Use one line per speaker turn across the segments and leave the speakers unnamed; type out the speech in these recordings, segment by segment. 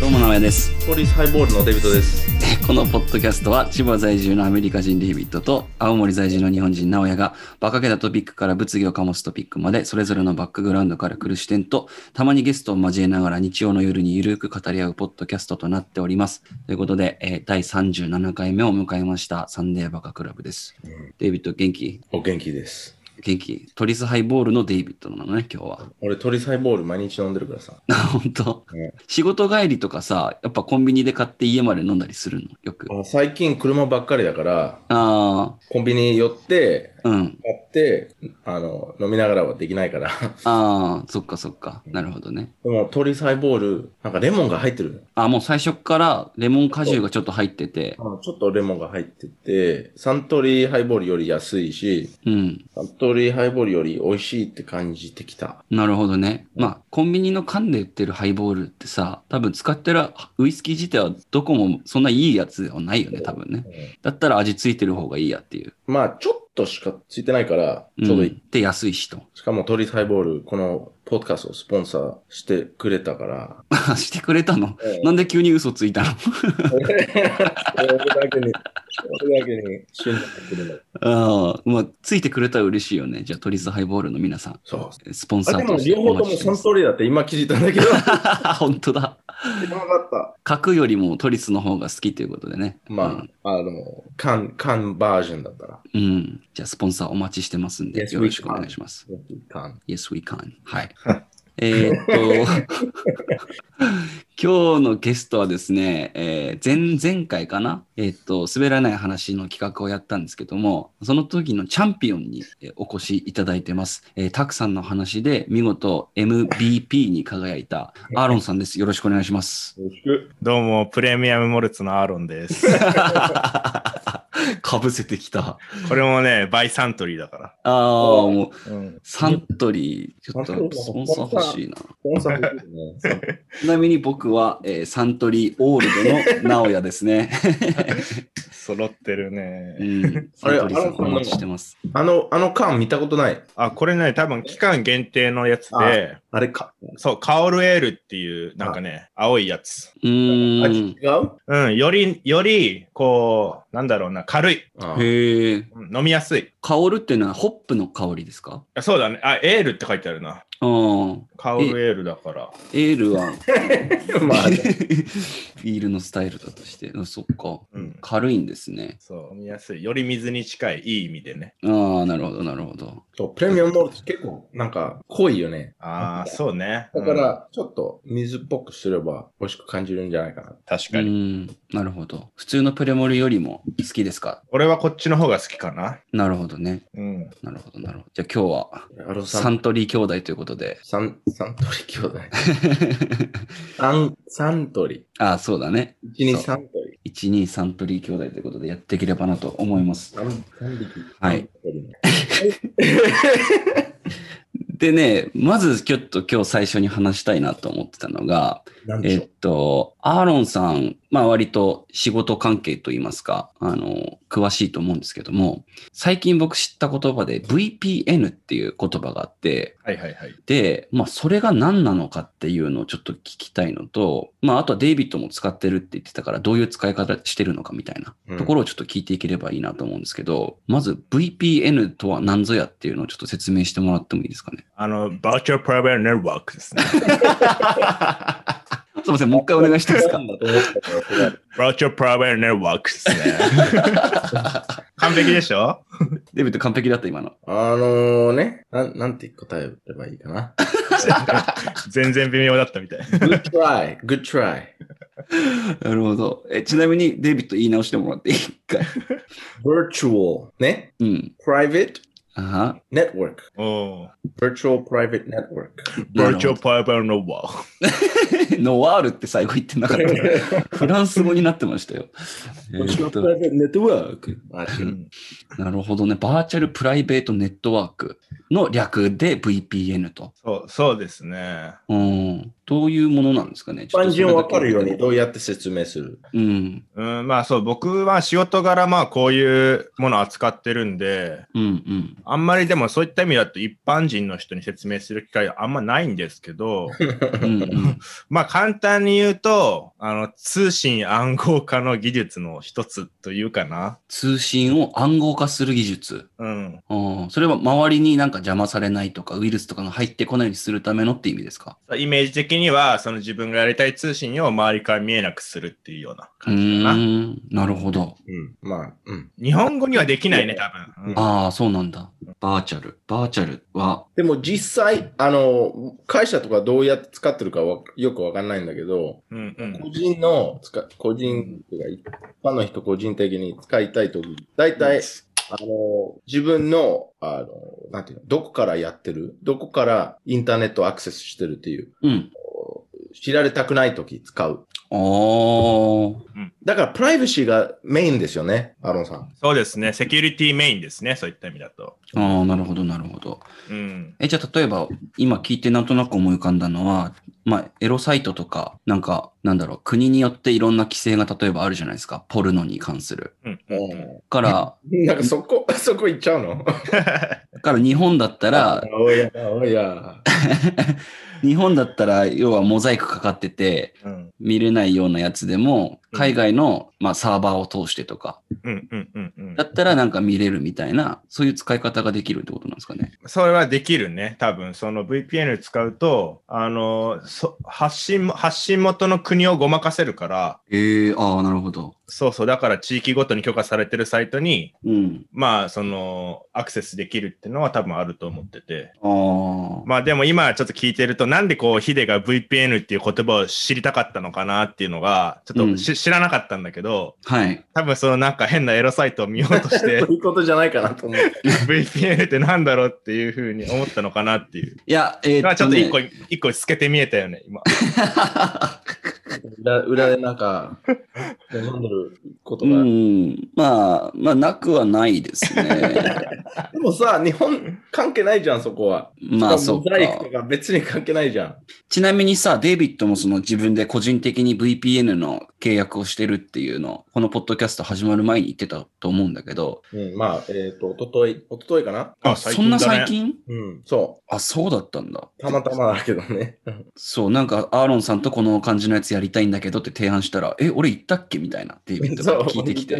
どうも名前です
ポリスハイボールのデビットです。
でこのポッドキャストは千葉在住のアメリカ人デイビッドと青森在住の日本人直哉がバカげたトピックから物議を醸すトピックまでそれぞれのバックグラウンドから来る視点とたまにゲストを交えながら日曜の夜にゆるく語り合うポッドキャストとなっております。ということで、えー第37回目を迎えましたサンデーバカクラブです。デイビッド元気
お元気です。
元気トリスハイボールのデイビッドなのね今日は。
俺、鳥サイボール毎日飲んでるからさ。
本当
ね
仕事帰りとかさやっぱコンビニで買って家まで飲んだりするのよく。
あ最近車ばっかりだから、
あ
コンビニ寄って、
あうん。
買って、あの、飲みながらはできないから。
ああ、そっかそっか。なるほどね。
でも、鳥サイボール、なんかレモンが入ってる。
あもう最初からレモン果汁がちょっと入ってて。
あちょっとレモンが入ってて、サントリーハイボールより安いし、
うん。
サントリーハイボールより美味しいって感じてきた。
なるほどね。まあ、コンビニの缶で売ってるハイボールってさ、多分使ってるウイスキー自体はどこもそんないいやつではないよね、多分ね。だったら味ついてる方がいいやっていう。
まあ、ちょっとしかついてないから、
ん
ちょうどいい。
で、安いしと。
しかも鳥サイボール、このポッドキャストをスポンサーしてくれたか ら、
してくれたの
ええ
なんで急に嘘ついたの
俺だけに、俺だけに信じてくれない。
ああ、まあ、ついてくれたら嬉しいよね。じゃあ、トリスハイボールの皆さん、
そう。
スポン
あ
サ
で
ー
も
として
両
お
方と
待ちし
も
て
サ
ま
ン
す。
トリーだって今気づいた んだけど、知
本当だ。
らなかった。
書くよりもトリスの方が好きということでね。
まあ、あの、缶、缶バージョンだったら。
うん。うん。じゃあ、スポンサーお待ちしてますんで、
Yes,
よろしくお願いします。
缶。
yes, we can. はい。えーっと、 今日のゲストはですね、えー前々回かな、えーっと、滑らない話の企画をやったんですけども、その時のチャンピオンにえーお越しいただいてます。えーたくさんの話で見事 MVP に輝いたアーロンさんです。よろしくお願いし ます。
よろしく。
どうも、プレミアムモルツのアーロンです。
かぶせてきた。
これもね、バイサントリーだか
ああ、もう
ら。うん。
サントリー、ちょっ
サントリー
とスポンサー欲しいな。
スポンサー欲しいね。
ちなみに僕は、えーサントリーオールドの直哉です ね。
揃ってる
う
ね。
ん、サントリーさんお待ちしてます。
あの、あの缶見たことない。
あ、これね、多分期間限定のやつで、
あれか。
そう、カオルエールっていう、なんかね、青いやつ。
う
あれ
ーん。
違う
うん、より、より、こう、なんだろうな、軽い。
あ
へえ。
うん飲みやすい。
香るっていうのはホップの香りですか
あそうだね。あ、エールって書いてあるな。
うん。
カオルエールだから。
エールは
ま あ、
ビールのスタイルだとして、うんそっか。
うん。
軽いんですね。
そう、飲みやすい。より水に近い、いい意味でね。
ああ、なるほど、なるほど。
そうプレミアムモルツ結構なんか濃いよね。
ああ、そうね。
だか
うん
ら、ちょっと水っぽくすれば美味しく感じるんじゃないかな。
確
う
かに。
ん、なるほど。普通のプレモルよりも好きですか
俺はこっちの方が好きかな。
なるほどね。
うん。
なるほど、なるほど。じゃあ今日は
アロさ
サ
ん、
ントリー兄弟ということで。
サン、サントリー兄 弟。サン、サントリ
ああ、そうだね。
ー。一二
そう
サントリー。
1、2、サントリー兄弟ということでやっていければなと思います。
三三匹。
はい。でね、まずちょっと今日最初に話したいなと思ってたのが、
なんで
え
しょ
っ
う。
と、アーロンさん、まあ割と仕事関係といいますか、あの、詳しいと思うんですけども、最近僕知った言葉で VPN っていう言葉があって、
はいはいはい。
で、まあ、それが何なのかっていうのをちょっと聞きたいのと、まあ、あとはデイビッドも使ってるって言ってたから、どういう使い方してるのかみたいな
うん
ところをちょっと聞いていければいいなと思うんですけど、まず VPN とは何ぞやっていうのをちょっと説明してもらってもいいですかね。
あの、バーチャルプライベートネットワークですね。
すいません、もう一回お願いしていいですか
なんだと思ったからこれは
バーチャルプライベートネットワークですね。 完璧でしょ
デイビッド完璧だった、今の。
あのーね、なん、なんて答えればいいかな。
全然微妙だったみたい。
good try, good try.
なるほど。え、ちなみにデイビッド言い直してもらっていい一回。
virtual, ね、
うん。
private
あは。
network,
おー
virtual private network.
バーチャルプライベートネットワーク。
ノワールって最後言ってなかった。 フランス語になってましたよ。えーっ
virtual
と
private network. あ違う
なるほどね。バーチャルプライベートネットワーク。の略で VPN と。
そう、そうですね。
うん。どういうものなんですかね。
一般人
わ
分かるようにどうやって説明する
うん。
うん、まあそう、僕は仕事柄、まあこういうものを扱ってるんで、
うんうん。
あんまりでもそういった意味だと一般人の人に説明する機会はあんまないんですけど、
うんうん、
まあ簡単に言うと、あの、通信暗号化の技術の一つというかな。
通信を暗号化する技術。
うん。
うんそれは周りになんか邪魔されないとか、ウイルスとかが入ってこないようにするためのって意味ですか
イメージ的には、その自分がやりたい通信を周りから見えなくするっていうような
うー
感じかな。
ん、なるほど。
うん。まあ、うん。
日本語にはできないね、多分。うん
ああ、そうなんだ。バーチャル。バーチャルは、
でも実際、あの、会社とかどうやって使ってるかわよくわかんないんだけど、
うんうん
個人の使い、個人とか、一般の人個人的に使いたいとき、大体、あの、自分の、あの、なんていうの、どこからやってるどこからインターネットアクセスしてるっていう、
うん。
知られたくないとき使う。
ああ、
だからプライバシーがメインですよね、アロンさん。
そうですね。セキュリティメインですね。そういった意味だと。
ああ、なるほど、なるほど。
うん。
え、じゃあ例えば、今聞いてなんとなく思い浮かんだのは、まあ、エロサイトとか、なんか、なんだろう、国によっていろんな規制が例えばあるじゃないですか。ポルノに関する。
うん。
から、
なんかそこ、そこ行っちゃうの
から日本だったら、
おや、おや。
日本だったら、要はモザイクかかってて、
うん
見れないようなやつでも、
うん
海外の、まあ、サーバーを通してとか、
うんうんうんうん
だ。ったらなんか見れるみたいな、そういう使い方ができるってことなんですかね。
それはできるね。多分、その VPN 使うと、あの、そ発信も、発信元の国をごまかせるから、
ええああ、なるほど。
そうそう、だから地域ごとに許可されてるサイトに、
うん。
まあ、その、アクセスできるっていうのは多分あると思ってて。
ああ。
まあでも今ちょっと聞いてると、なんでこう、ヒデが VPN っていう言葉を知りたかったのかなっていうのが、ちょっとし、知らなかったんだけど、
はい。
多分そのなんか変なエロサイトを見ようとし て
そう、いうことじゃないかなと思う。
VPN ってなんだろうっていうふうに思ったのかなっていう。
いや、えー
まあちょっと一個、
ね
一個透けて見えたよね、今。
裏裏でなんか、飲んでるこ と
う
が。
ん。まあ、まあ、なくはないですね。
でもさ、日本関係ないじゃん、そこは。
まあ、そう
モザイク
か
と。か別に関係ないじゃん。
ちなみにさ、デイビッドもその自分で個人的に VPN の契約をしてるっていうの、このポッドキャスト始まる前に言ってたと思うんだけど、
うん、まあ、えっ、と、おととい、おとといかな
あ、そんな最
だね
近
うん、そ
あ、そうだったんだ。
う。たまたまだけどね。
そう、なんか、アーロンさんとこの感じのやつやりたいんだけどって提案したら、え、俺言ったっけみたいな、デイビッド
そう
が聞いてきて。。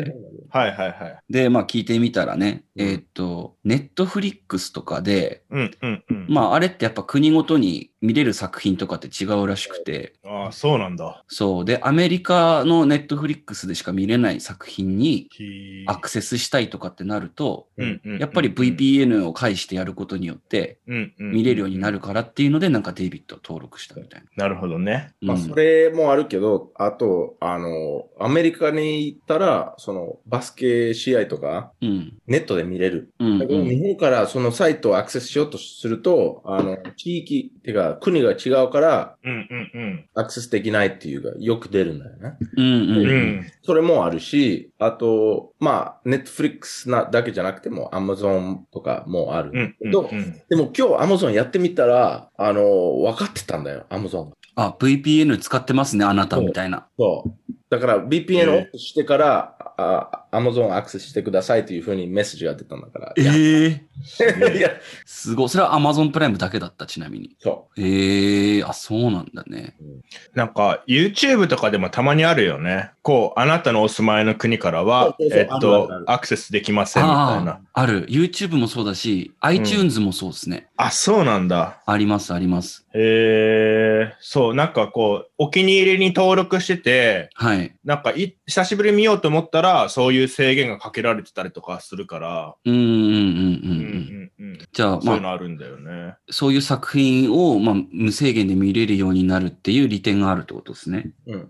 はいはいはい。
で、まあ聞いてみたらね、
うん
えーっと、ネットフリックスとかで、
うんうんうん。
まああれってやっぱ国ごとに見れる作品とかって違うらしくて、
ああ、そうなんだ。
そう。で、アメリカのネットフリックスでしか見れない作品に
ひ
アクセスしたいとかってなると、
うんうんうん
やっぱり VPN を介してやることによって見
見
れるようになる。からっていうので、なんかデイビッドを登録したみたい
なるほどね。
な。
まあ、
うん
それもあるけど、あと、あの、アメリカに行ったら、その、バスケ試合とか、
うん。
ネットで見れる。
うん。
だけど、
うん
日本からそのサイトをアクセスしようとすると、あの、地域、てか、国が違うから、
うんうん
アクセスできないっていうか、よく出るんだよね。
うん
うん。
う。
うんん。
それもあるし、あと、まあ、ネットフリックスなだけじゃなくても、アマゾンとかもある。
うんうん
どう
うん
でも今日アマゾンやってみたら、あの、分かってたんだよ、アマゾン。
あ、VPN 使ってますね、あなたみたいな。
そう。だから VPN オフしてから、あアマゾンアクセスしてくださいというふうにメッセージが出たんだから。いや
ええ
え
いや、
すごい。それは Amazon プライムだけだった、ちなみに。
そ
ええあ、そうなんだね。
なんか、YouTube とかでもたまにあるよね。こう、あなたのお住まいの国からは、
そうそうそう
え
ある
っ
あるあ
と、
る
アクセスできませんみたい
あ
な。
あ、ある。YouTube もそうだし、iTunes もそうですね。
あ、そうなんだ。
あります、あります。
へえ、そう、なんかこう、お気に入りに登録してて、
はい。
なんかい、久しぶりに見ようと思ったら、そういう制限がかけられてたりとかするから、
うんうんうんうん
う
うん。
んうんうん。
じゃあ、
そう
ま
いう
あ、
のあるんだよね。
そういう作品を、まあ、無制限で見れるようになるっていう利点があるってことですね。
う。うん、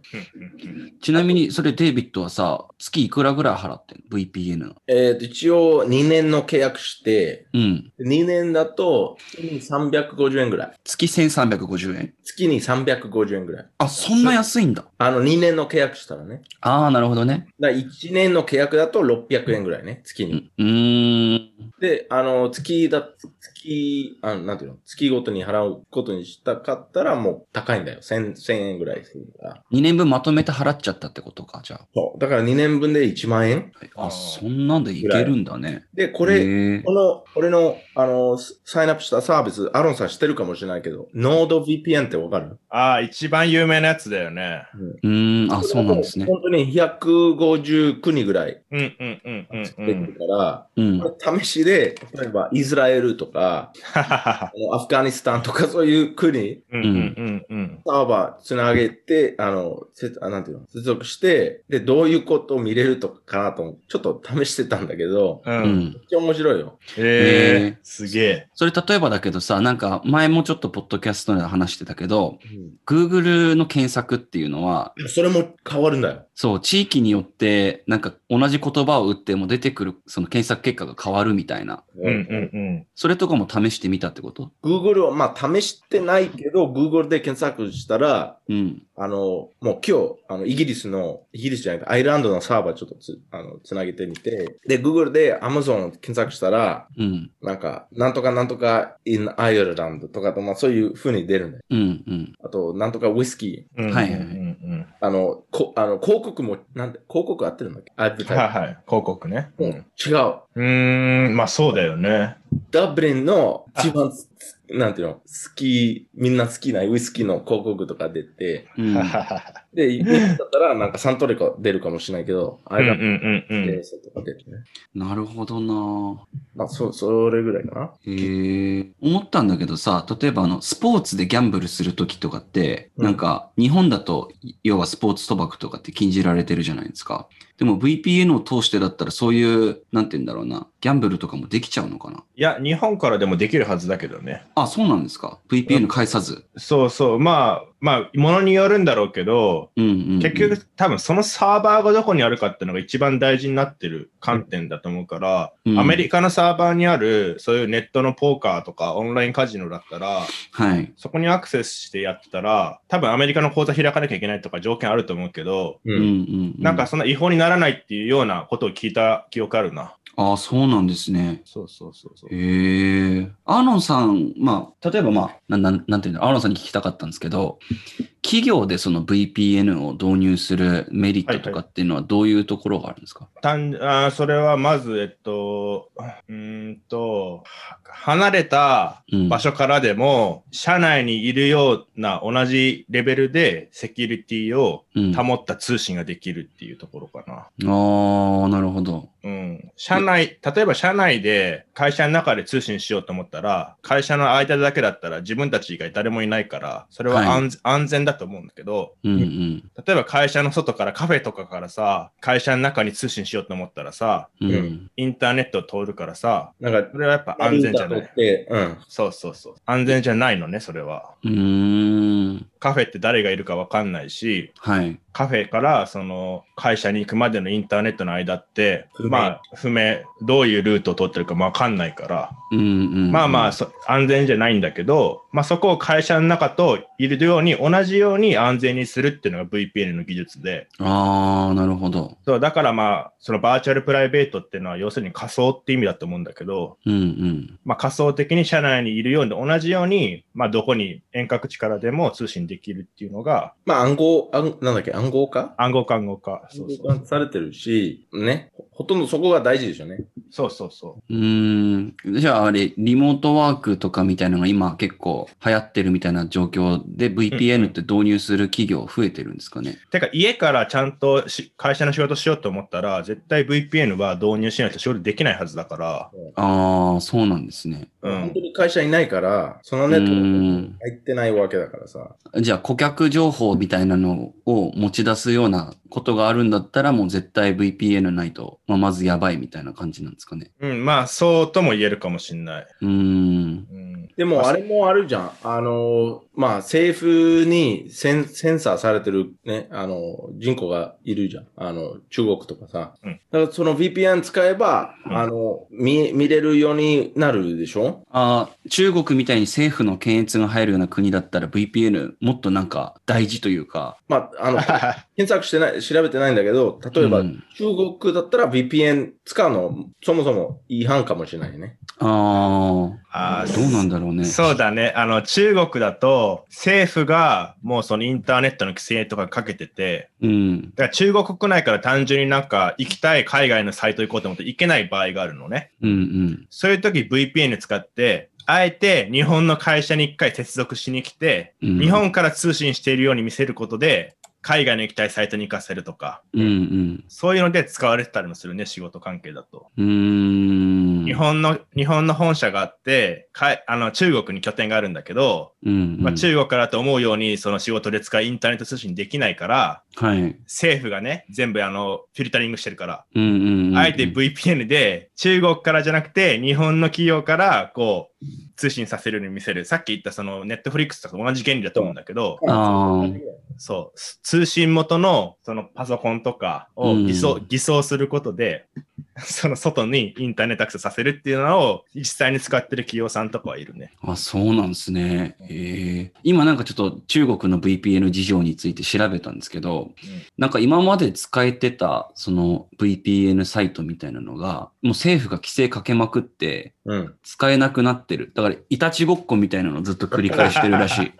ちなみに、それデイビッドはさ、月いくらぐらい払ってんの ?VPN の。
えっ、と、一応2年の契約して、
うん。
2年だと月に350円ぐらい。
月1350円。
月に350円ぐらい。
あ、そんな安いんだ。
あの、2年の契約したらね。
ああ、なるほどね。
だ1年の契約だと600円ぐらいね、月
う
に。
んうーうん。
で、あの、月だ、月、あの、なんていうの、月ごとに払うことにしたかったら、もう高いんだよ。1000、1000円ぐらいするから。
2年分まとめて払っちゃったってことか、じゃ
そう。だから2年分で1万円
あ。
あー
あ、そんなんでいけるんだね。
で、こ
こ
れ、この、俺の、あの、スサインアップしたサービス、アロンさん知ってるかもしれないけど、ノード VPN ってわかる
ああ、一番有名なやつだよね。
うーん、あ、そうなんですね。
本当に159人ぐらい
うんうんうんうん
作
う
ってる
ん。
から、
うん。
これ試しで、例えばイスラエルとか、あのアフガニスタンとかそういう国、
うんうんうん
サーバーつなげて、あの、せあなんていうの、接続して、で、どういうことを見れるとかかなと思って、ちょっと試してたんだけど、
う。
うん
うん。
ん、
めっちゃ面白いよ。
え
えー
え、すげえ。
それ例えばだけどさ、なんか前もちょっとポッドキャストで話してたけど、Google の検索っていうのは、
それも変わるんだよ。
そう、地域によって、なんか同じ言葉を打っても出てくる、その検索結果が変わるみたいな。
うんうんうん。
それとかも試してみたってこと
Google をまあ試してないけど、Google で検索したら、
うん。
あの、もう今日、あの、イギリスの、イギリスじゃなくて、アイルランドのサーバーちょっとつ、あの、つなげてみて、で、Google で Amazon を検索したら、
うん。
なんか、なんとかなんとか in Ireland とかと、まあそういう風に出るんだよ。
うん。うん。
あと、なんとかウイスキー。
うん
はい
うん
はい
うん
あの、こ、あの、広告も、なんで、広告合ってるんだっけアド
う
ブ
ん。
タ
は
イ
いはい。広告ね。
うん、違う。
うーん、まあそうだよね。
ダブリンの一番、なんていうの、好き、みんな好きなウイスキーの広告とか出て、
うん。
で、イギリスだったら、なんかサントリーが出るかもしれないけど、アイルランド
んう
で、そうとか出てね。
なるほどな
まあ、そ、それぐらいかな。
へえ。思ったんだけどさ、例えばあの、スポーツでギャンブルするときとかって、
うん
なんか、日本だと、要はスポーツ賭博とかって禁じられてるじゃないですか。でも VPN を通してだったら、そういう、なんて言うんだろうな、ギャンブルとかもできちゃうのかない
や、日本からでもできるはずだけどね。
あ、そうなんですか。VPN 返さず。
そうそう。まあ、まあ、ものによるんだろうけど、
うんうん、うん。
結局、多分そのサーバーがどこにあるかっていうのが一番大事になってる観点だと思うから、
うん
アメリカのサーバーにある、そういうネットのポーカーとかオンラインカジノだったら、
はい。
そこにアクセスしてやってたら、多分アメリカの口座開かなきゃいけないとか条件あると思うけど、
う
うんうん。う
なんか、そんな違法にならないっていうようなことを聞いた記憶あるな。
ああ、そうなんですね。
そうそうそうそう。
へえ。アーロンさん、まあ、例えばまあ、なん、なん、なんていうんだろう、アーロンさんに聞きたかったんですけど、企業でその VPN を導入するメリットとかっていうのはどういうところがあるんですか、
単あーそれはまず、えっと、うーんと、離れた
うん
場所からでも、社内にいるような同じレベルでセキュリティを
うん、あ
保った通信ができるっていうところかな。
あ、なるほど。
うん。社内、例えば社内で会社の中で通信しようと思ったら、会社の間だけだったら自分たち以外誰もいないから、それは安,、安全だと思うんだけど、
うんうん。
例えば会社の外からカフェとかからさ、会社の中に通信しようと思ったらさ、
うん。
うん
インターネットを通るからさ、
なんか
そ、れはやっぱ安全じゃ
マ
な
リンだと。
い
ってうん。
そうそうそう。安全じゃないのね、それは。
うーん。
カフェって誰がいるかわかんないし、
はい。
カフェからその会社に行くまでのインターネットの間って、
不明
まあ不明、どういうルートを通ってるかもわかんないから、
うんうん。
まあまあそ安全じゃないんだけど、まあそこを会社の中といるように、同じように安全にするっていうのが VPN の技術で、
あ。ああ、なるほど。
そうだからまあ、そのバーチャルプライベートっていうのは要するに仮想って意味だと思うんだけど、
うんうん。
まあ、仮想的に社内にいるように、同じように、まあ、どこに遠隔地からでも通信できるっていうのが、
まあ、暗号、暗なんだっけ、暗号化
暗号化暗号化。そうそ
暗
う
号化されてるし、ね。ほほとんどそこが大事ですよね。
そうそうそう
ーん。じゃあ、あれ、リモートワークとかみたいなのが今結構流行ってるみたいな状況で、VPN って導入する企業増えてるんですかね。
う。てか、家からちゃんとし会社の仕事しようと思ったら、絶対 VPN は導入しないと仕事できないはずだから、
ああ、そうなんですね。
う
本
ん
当。に会社いないから、そのネットに入ってないわけだからさ。
じゃあ、顧客情報みたいなのを持ち出すようなことがあるんだったら、もう絶対 VPN ないと、まあ、まずやばいみたいな感じなんですかね。
うん、まあ、そうとも言えるかもしんない。
うーん。
うん、 うん
でも、あれもあるじゃん。あの、まあ、政府にセンセンサーされてるね、あの、人口がいるじゃん。あの、中国とかさ。
うん
だから、その VPN 使えば、
うん
あの、見、見れるようになるでしょ
あー中国みたいに政府の検閲が入るような国だったら VPN もっとなんか大事というか、
ま あ、あの、検索してない、調べてないんだけど、例えば、
うん
中国だったら VPN 使うの、そもそも違反かもしれないね。
あ
あ
あ、
ー
どうなんだろうね。
そうだね。あの、中国だと、政府がもうそのインターネットの規制とかかけてて、
うん。
だから中国国内から単純になんか行きたい海外のサイト行こうと思って行けない場合があるのね。
うんうん。
そういう時 VPN 使って、あえて日本の会社に一回接続しに来て、
うん
日本から通信しているように見せることで、海外の行きたいサイトに行かせるとか、
うんうん。
そういうので使われてたりもするね、仕事関係だと。
うーん。
日本の、日本の本社があって、かいあの中国に拠点があるんだけど、
うんうん
まあ、中国からと思うようにその仕事で使うインターネット通信できないから、
はい。うん
政府がね、全部あのフィルタリングしてるから、
うんうんうん。
あえて VPN で中国からじゃなくて日本の企業からこう通信させるように見せる。さっき言ったその Netflix とかと同じ原理だと思うんだけど、
あー
そう、通信元のそのパソコンとかを偽装,、
う
偽装することで、その外にインターネットアクセスさせるっていうのを実際に使ってる企業さんとかはいるね。
あ、そうなんですね。ええ今なんかちょっと中国の VPN 事情について調べたんですけど、なんか今まで使えてたその VPN サイトみたいなのが、もう政府が規制かけまくって
うん。
使えなくなってる。だからいたちごっこみたいなのをずっと繰り返してるら しい。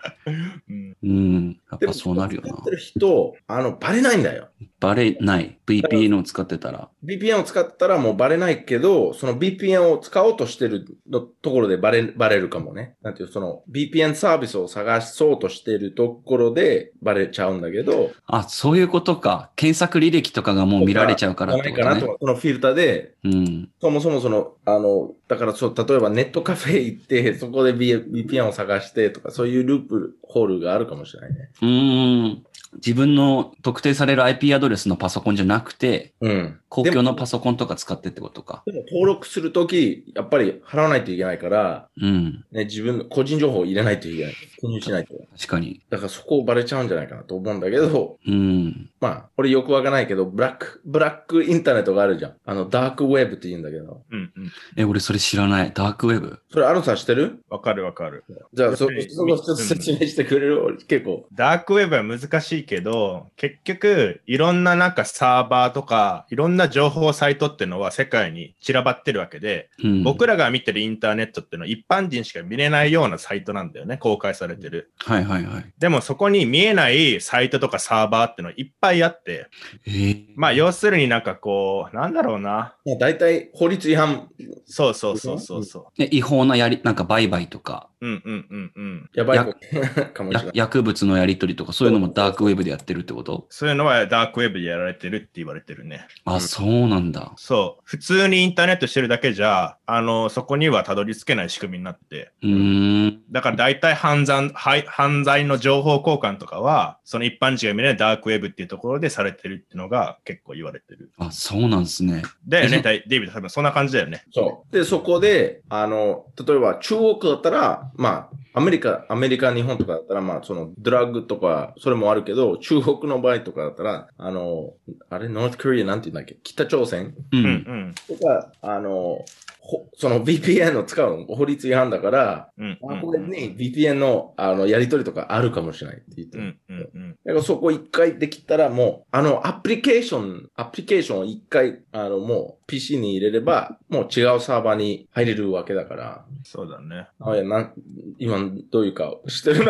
うん
うん。やっぱそうなるよ
使
な
って。る人、あの、バレないんだよ。
バレない。VPN を使ってたら。
VPN を使ったらもうバレないけど、その VPN を使おうとしてるのところでバレ、バレるかもね。なんていう、その VPN サービスを探そうとしてるところでバレちゃうんだけど、
あ、そういうことか。検索履歴とかがもう見られちゃうからって
ない
こ
か
と
な
ね。
と。そのフィルターで、
うん。
そもそもその、あの、だからそう、例えばネットカフェ行って、そこで B- VPN を探してとか、そういうループホールがあるかもしれないね。
うーん。自分の特定される IP アドレスのパソコンじゃなくて、
うん。
公共の
でも
パソコンとか使ってってことか。
でも登録するとき、やっぱり払わないといけないから、
うん。
ね、自分の個人情報を入れないといけない。記入しないと。
確かに。
だからそこをバレちゃうんじゃないかなと思うんだけど、
うん。
まあ、俺よくわからないけど、ブラック、ブラックインターネットがあるじゃん。あの、ダークウェブって言うんだけど。
うんうん。
え、俺それ知らない。ダークウェブ。
それ、アロンさん知ってる
わかるわかる。
じゃあ、そ、そ
うん
こちょっと説明してくれる俺結構。
ダークウェブは難しいけど、結局、いろんななんかサーバーとか、いろんな情報サイトっていうのは世界に散らばってるわけで、
うん。
僕らが見てるインターネットっていうのは一般人しか見れないようなサイトなんだよね、公開されてる。
はいはいはい。
でもそこに見えないサイトとかサーバーっていうのはいっぱいあって、
えー
まあ要するになんかこう、なんだろうな。
まあ、大体、法律違反、
そうそうそうそうそ
え違法なやり、なんか売買とか、
う。うんうんうんうん。
やばいこと かもしれ
や
ない。
薬物のやり取りとか、そういうのもダークウェブでやってるってこと
そういうのはダークウェブでやられてるって言われてるね。
あ、そうなんだ。
そう。普通にインターネットしてるだけじゃ、あの、そこにはたどり着けない仕組みになって。
うーん。
だから大体犯罪はい犯罪の情報交換とかは、その一般人が見れないダークウェブっていうところでされてるっていうのが結構言われてる。
あ、そうなんですね。
だよ
え
ね、
そ
デイデイビッド、多分そんな感じだよね。
そう。で、そこで、あの、例えば中国だったら、まあ、アメリカ、アメリカ、日本とかだったら、まあ、その、ドラッグとか、それもあるけど、中国の場合とかだったら、あの、あれ、ノースコリアなんて言うんだっけ北朝鮮
う。
うんんうん。
とか、あの、ほその VPN を使うの法律違反だから、
うん
こ
うん
こに VPN のあのやり取りとかあるかもしれないって言って
う
る。
んうんうん。
だからそこ一回できたらもう、あの、アプリケーション、アプリケーションを一回、あの、もう PC に入れれば、もう違うサーバーに入れるわけだから、
そう だね。
あいやなん今、どういう顔してるの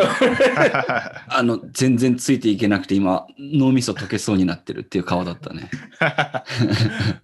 あの、全然ついていけなくて、今、脳みそ溶けそうになってるっていう顔だったね。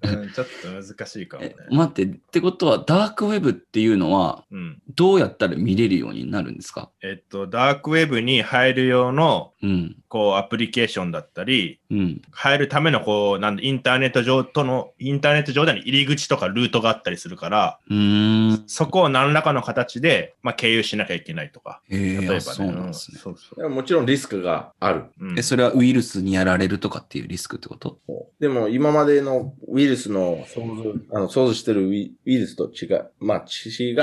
うんちょっと難しいかもね
え。、待って、ってことは、ダークウェブっていうのは、
うん、
どうやったら見れるようになるんですか
えっと、ダークウェブに入る用の
うん。
こうアプリケーションだったり、
うん。
入るためのこうなんだインターネット上との、インターネット上での入り口とかルートがあったりするから、
うーん。
そこを何らかの形で、まあ、経由しなきゃいけないとか、
え
例え
ー、
ば
あ
ね。
そうなんですね。
うんそうそう
でももちろんリスクがある。
うん
え、それはウイルスにやられるとかっていうリスクってこと
でも今までのウイルスの想像、あの想像してるウイウイルスと違う、まあ違う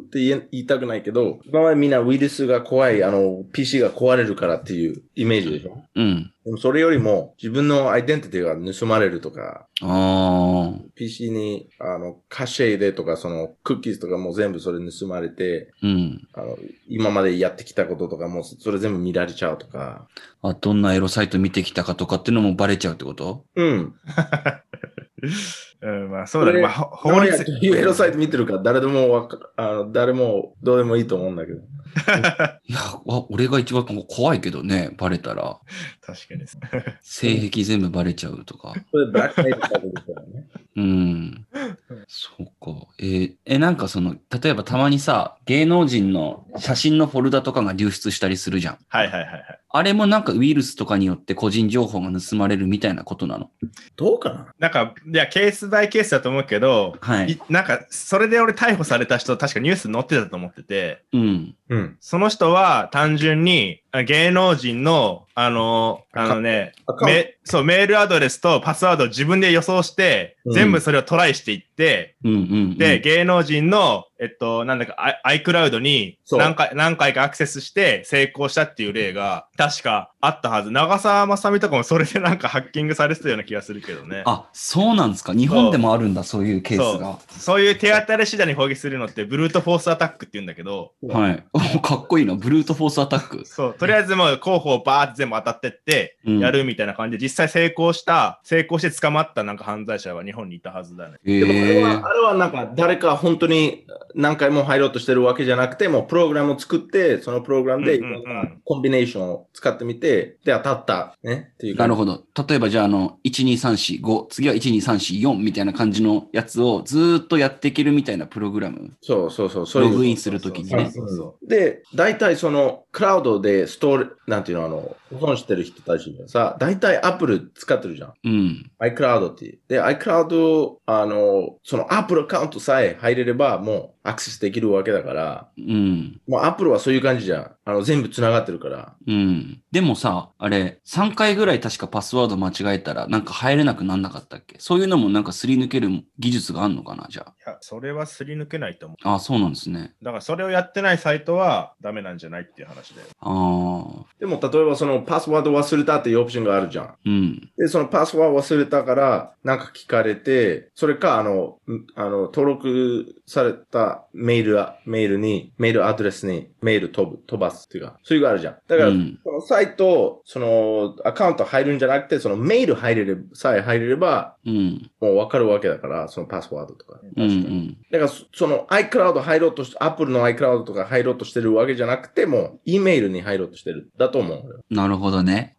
って言え言いたくないけど、今までみんなウイルスが怖い、あの、PC が壊れるからっていうイメージでしょ
うん。
でもそれよりも自分のアイデンティティが盗まれるとか、
あ
PC にあのカシェ入れとかそのクッキーズとかも全部それ盗まれて、
あ。うん。
あの今までやってきたこととかもそれ全部見られちゃうとか。
あ、どんなエロサイト見てきたかとかっていうのもバレちゃうってこと
うん。
うん、まあそうだね。まあ、ほ法
俺が
律
どういうエロサイト見てるか誰でもわか、あの誰もどうでもいいと思うんだけど。
いや、わ俺が一番怖いけどね、バレた ら。
確かにです。
性癖全部バレちゃうとか。
それブラックサイトだけですからね。
うん。そうか。えーえ、なんかその、例えばたまにさ、芸能人の写真のフォルダとかが流出したりするじゃん。
はいはいはいはい。
あれもなんかウイルスとかによって個人情報が盗まれるみたいなことなの。
どうかな
なんか、いや、ケースバイケースだと思うけど、
はい
い。なんか、それで俺逮捕された人、確かニュースに載ってたと思ってて、
うん。
うん。
その人は単純にあ芸能人の、あの、あのね、
アカウント
めそうメールアドレスとパスワードを自分で予想して、
うん
全部それをトライしていって、
うんうん、うん。
で、、芸能人の、えっと、なんだか、アイクラウドに
そう
何回、何回かアクセスして成功したっていう例が、確かあったはず。長澤まさみとかもそれでなんかハッキングされてたような気がするけどね。
あ、そうなんですか。日本でもあるんだ、そういうケースが。
そういう手当たり次第に攻撃するのって、ブルートフォースアタックって言うんだけど、
う
はい。 おかっこいいな。ブルートフォースアタック。
そう、とりあえずもう候補をバーって全部当たってって、
うん
やるみたいな感じで、実際成功した、成功して捕まったなんか犯罪者は日本にいたはずだね。
へ
でもあれ
え
は、あれはなんか誰か本当に何回も入ろうとしてるわけじゃなくて、もうプログラムを作って、そのプログラムで
うんうんうん
いろんなコンビネーションを使ってみて、で、当たった。ね。っていう
な
感
る
じ。
ほど。例えばじゃあ、あの、12345、次は12344みたいな感じのやつをずーっとやっていけるみたいなプログラム。
そうそうそう。そうい
ロ
う
グインするときにね。
そうそうそ
で、大体その、クラウドでストーリー、なんていうの、あの、保存してる人たちがさ、大体 Apple 使ってるじゃん。
うん。
iCloud って。で、iCloud、あの、その Apple アカウントさえ入れれば、もうアクセスできるわけだから、
うん。
もう Apple はそういう感じじゃん。あの、全部繋がってるから。
うん。でもさ、あれ、3回ぐらい確かパスワード間違えたら、なんか入れなくなんなかったっけそういうのもなんかすり抜ける技術があるのかなじゃ
いや、それはすり抜けないと思う。
あ。あ、そうなんですね。
だからそれをやってないサイトはダメなんじゃないっていう話だよ。
ああ。
でも、例えばそのパスワード忘れたっていうオプションがあるじゃん。
うん。
で、そのパスワード忘れたから、なんか聞かれて、それか、あの、んあの、登録されたメールは、メールに、メールアドレスにメール飛ぶ、飛ばすっていうか、そういうのがあるじゃん。だから、
うん
そのサイト、その、アカウント入るんじゃなくて、そのメール入れれば、さえ入れれば、
うん。
もうわかるわけだから、そのパスワードとか。
うん。う
確かに
ん。
だから、そその iCloud 入ろうとし、Apple の iCloud とか入ろうとしてるわけじゃなくて、もう、E メールに入ろうとしてる。だと思う。
なるほどね。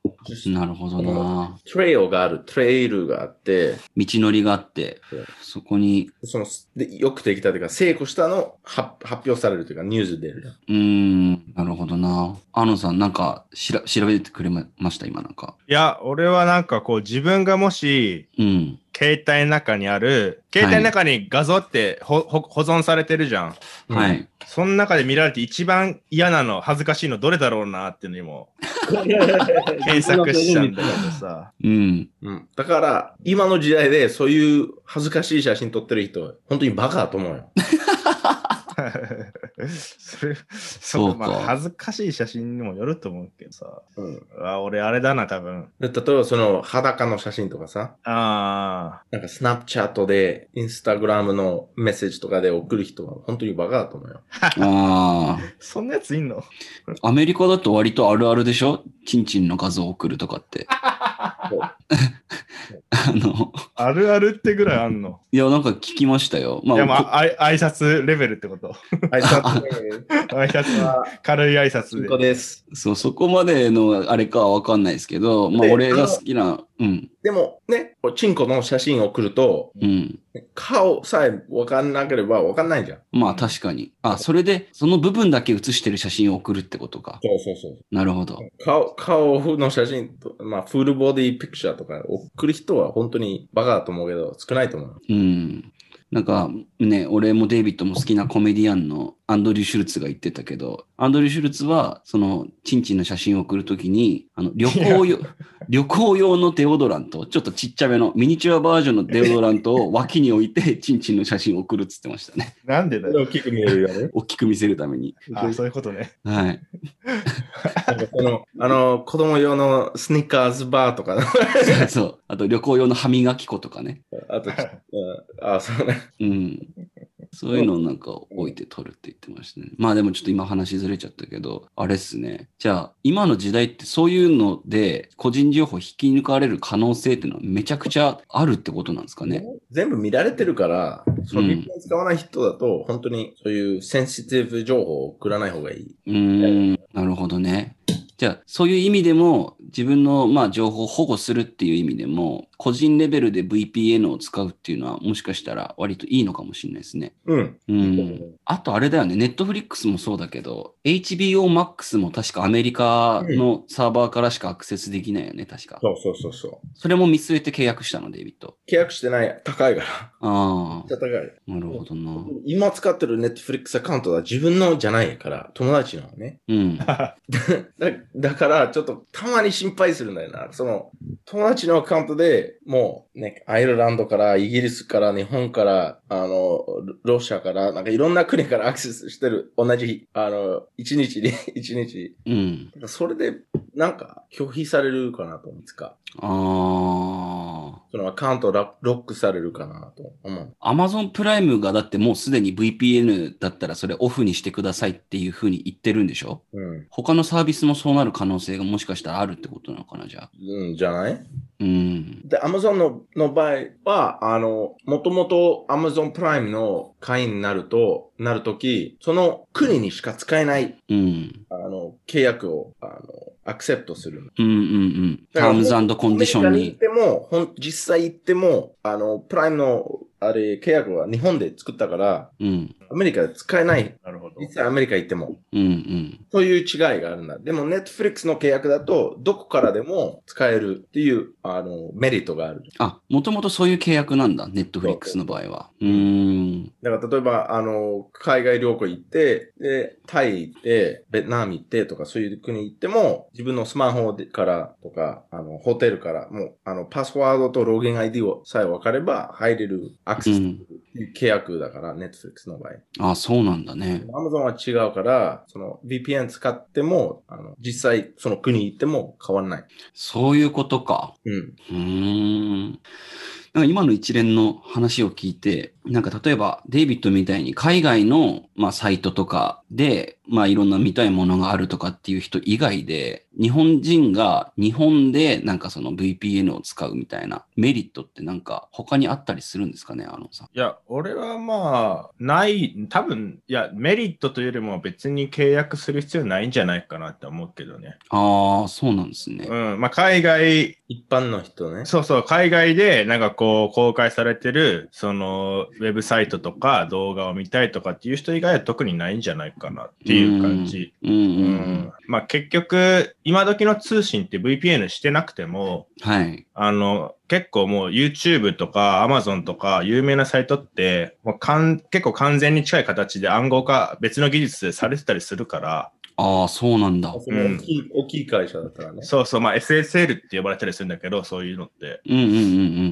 なるほどな。
トレイルがある、トレイルがあって、
道のりがあって
そう、
そこに、
そのでよくできたというか、成功したの発発表されるというか、ニュースで出るじゃん。
うーん、なるほどな。アノさん、なんかしら調べてくれました今なんか。
いや、俺はなんかこう自分がもし、
うん。
携帯の中にある、携帯の中に画像ってほ、ほ保存されてるじゃん。
は
うん。
い。
その中で見られて一番嫌なの、恥ずかしいのどれだろうなっていうのにも検索しちゃうんだけど さ。
うん。
うん、だから、今の時代でそういう恥ずかしい写真撮ってる人、本当にバカだと思うよ。
それ、
そ
そうう
か
まあ、恥ずかしい写真にもよると思うけどさ。
うん、
あ俺、あれだな、多分。
で例えば、その裸の写真とかさ、
あ
なんかスナップチャットで、インスタグラムのメッセージとかで送る人は、本当にバカだと思うよ。
あ
あ、そんなやついんの
あ。アメリカだと割とあるあるでしょチンチンの画像を送るとかって。あの、
あるあるってぐらいあんの。
いや、なんか聞きましたよ。ま
い
あ、
や、まあ、あい挨拶レベルってこと。
挨拶で
挨拶、軽い挨拶
本
で
当。です。
こそう、そこまでのあれかはわかんないですけど、まあ、
で
俺が好きな、うん、
でも、ね、チンコの写真を送ると、
うん。
顔さえ分かんなければ分かんないじゃん。
まあ、確かに。あ、それで、その部分だけ写してる写真を送るってことか。
そうそうそう。
なるほど。
顔、顔の写真と、まあ、フルボディピクチャーとか送る人は本当にバカだと思うけど、少ないと思う。
うん。なんかね、俺もデイビッドも好きなコメディアンのアンドリュー・シュルツが言ってたけど、アンドリュー・シュルツは、その、チンチンの写真を送るときに、あの、旅行 用、旅行用のデオドラント、ちょっとちっちゃめの、ミニチュアバージョンのデオドラントを脇に置いて、チンチンの写真を送るっつってましたね。
なんでだよ。
大きく見えるよ ね。
大きく見せるために。
あ そういうことね。
はい。
なんかこの、あの、子供用のスニッカーズバーとか、
そうそう。あと、旅行用の歯磨き粉とかね。
あ と、うんあ、そうね。
うん。そういうのをなんか置いて撮るって言ってましたね。まあでもちょっと今話ずれちゃったけど、あれっすね。じゃあ今の時代ってそういうので個人情報引き抜かれる可能性っていうのはめちゃくちゃあるってことなんですかね。
全部見られてるから、そう
ん
のビッグを使わない人だと、本当にそういうセンシティブ情報を送らない方がいい。
うーん、なるほどね。じゃあそういう意味でも自分のまあ情報を保護するっていう意味でも個人レベルで VPN を使うっていうのはもしかしたら割といいのかもしれないですね。
うん。
うん。あとあれだよね、ネットフリックスもそうだけど、HBO Max も確かアメリカのサーバーからしかアクセスできないよね、確か。
そうそうそうそう。
それも見据えて契約したの、デイビッド。
契約してない、高いから。
あ
めっちゃ高い。
あ、なるほどな。
今使ってる Netflix アカウントは自分のじゃないから、友達なのね。
うん。
だだから、ちょっとたまに心配するんだよな。その、友達のアカウントでもう、ね、アイルランドから、イギリスから、日本から、あの、ロロシアから、なんかいろんな国からアクセスしてる、同じ、あの、一日に、一日。
うん。
それで、なんか、拒否されるかなと思うんですか。
あ
そのアカウントラロックされるかなと思う。
あ。Amazon プライムがだってもうすでに VPN だったらそれオフにしてくださいっていうふうに言ってるんでしょ
うん。
他のサービスもそうなる可能性がもしかしたらあるってことなのかな、じゃあ。
うん、じゃない
うん。
で、Amazon のの場合は、あの、もともと Amazon プライムの会員になると、なるとき、その国にしか使えない、
うん。
あの、契約を、あの、アクセプトする。
うんうんうん。
だから
Terms and
コ
Condition
行っ
に。
ても、ほん、実際行っても、あの、プライムの、あれ、契約は日本で作ったから、
うん。
アメリカで使えない。
なるほど。
実際アメリカ行っても。
うんうん。
という違いがあるんだ。でも、Netflix の契約だと、どこからでも使えるっていう、あの、メリットがある。
あ、もともとそういう契約なんだ、ネットフリックスの場合は。うーん。
だから、例えば、あの、海外旅行行って、で、タイ行って、ベトナム行ってとか、そういう国行っても、自分のスマホでからとか、あの、ホテルから、もう、あの、パスワードとローゲン ID をさえ分かれば、入れるアク
う
セスっ
ん。
ていう契約だから、Netflix の場合。
あ、そうなんだね。
Amazon は違うから、その、VPN 使っても、あの、実際、その国行っても変わらない。
そういうことか。
うん。
うーん。なんか今の一連の話を聞いて、なんか例えばデイビッドみたいに海外の、まあ、サイトとかで、まあいろんな見たいものがあるとかっていう人以外で、日本人が日本でなんかその VPN を使うみたいなメリットってなんか他にあったりするんですかね、アーロンさん。
いや、俺はまあ、ない、多分、いや、メリットというよりも別に契約する必要ないんじゃないかなって思うけどね。
ああ、そうなんですね。
うん、まあ、海外、
一般の人ね。
そうそう、海外でなんかこう、公開されてる、その、ウェブサイトとか動画を見たいとかっていう人以外は特にないんじゃないかなっていう感じ。
うんうん
う
うん
んまあ結局、今時の通信って VPN してなくても、
はい。
あの、結構もう YouTube とか Amazon とか有名なサイトって、もうかん結構完全に近い形で暗号化別の技術でされてたりするから、
ああ、そうなんだ。
その大きい、大きい会社だったらね。
そうそう、まあ SSL って呼ばれたりするんだけど、そういうのって。
うんうんう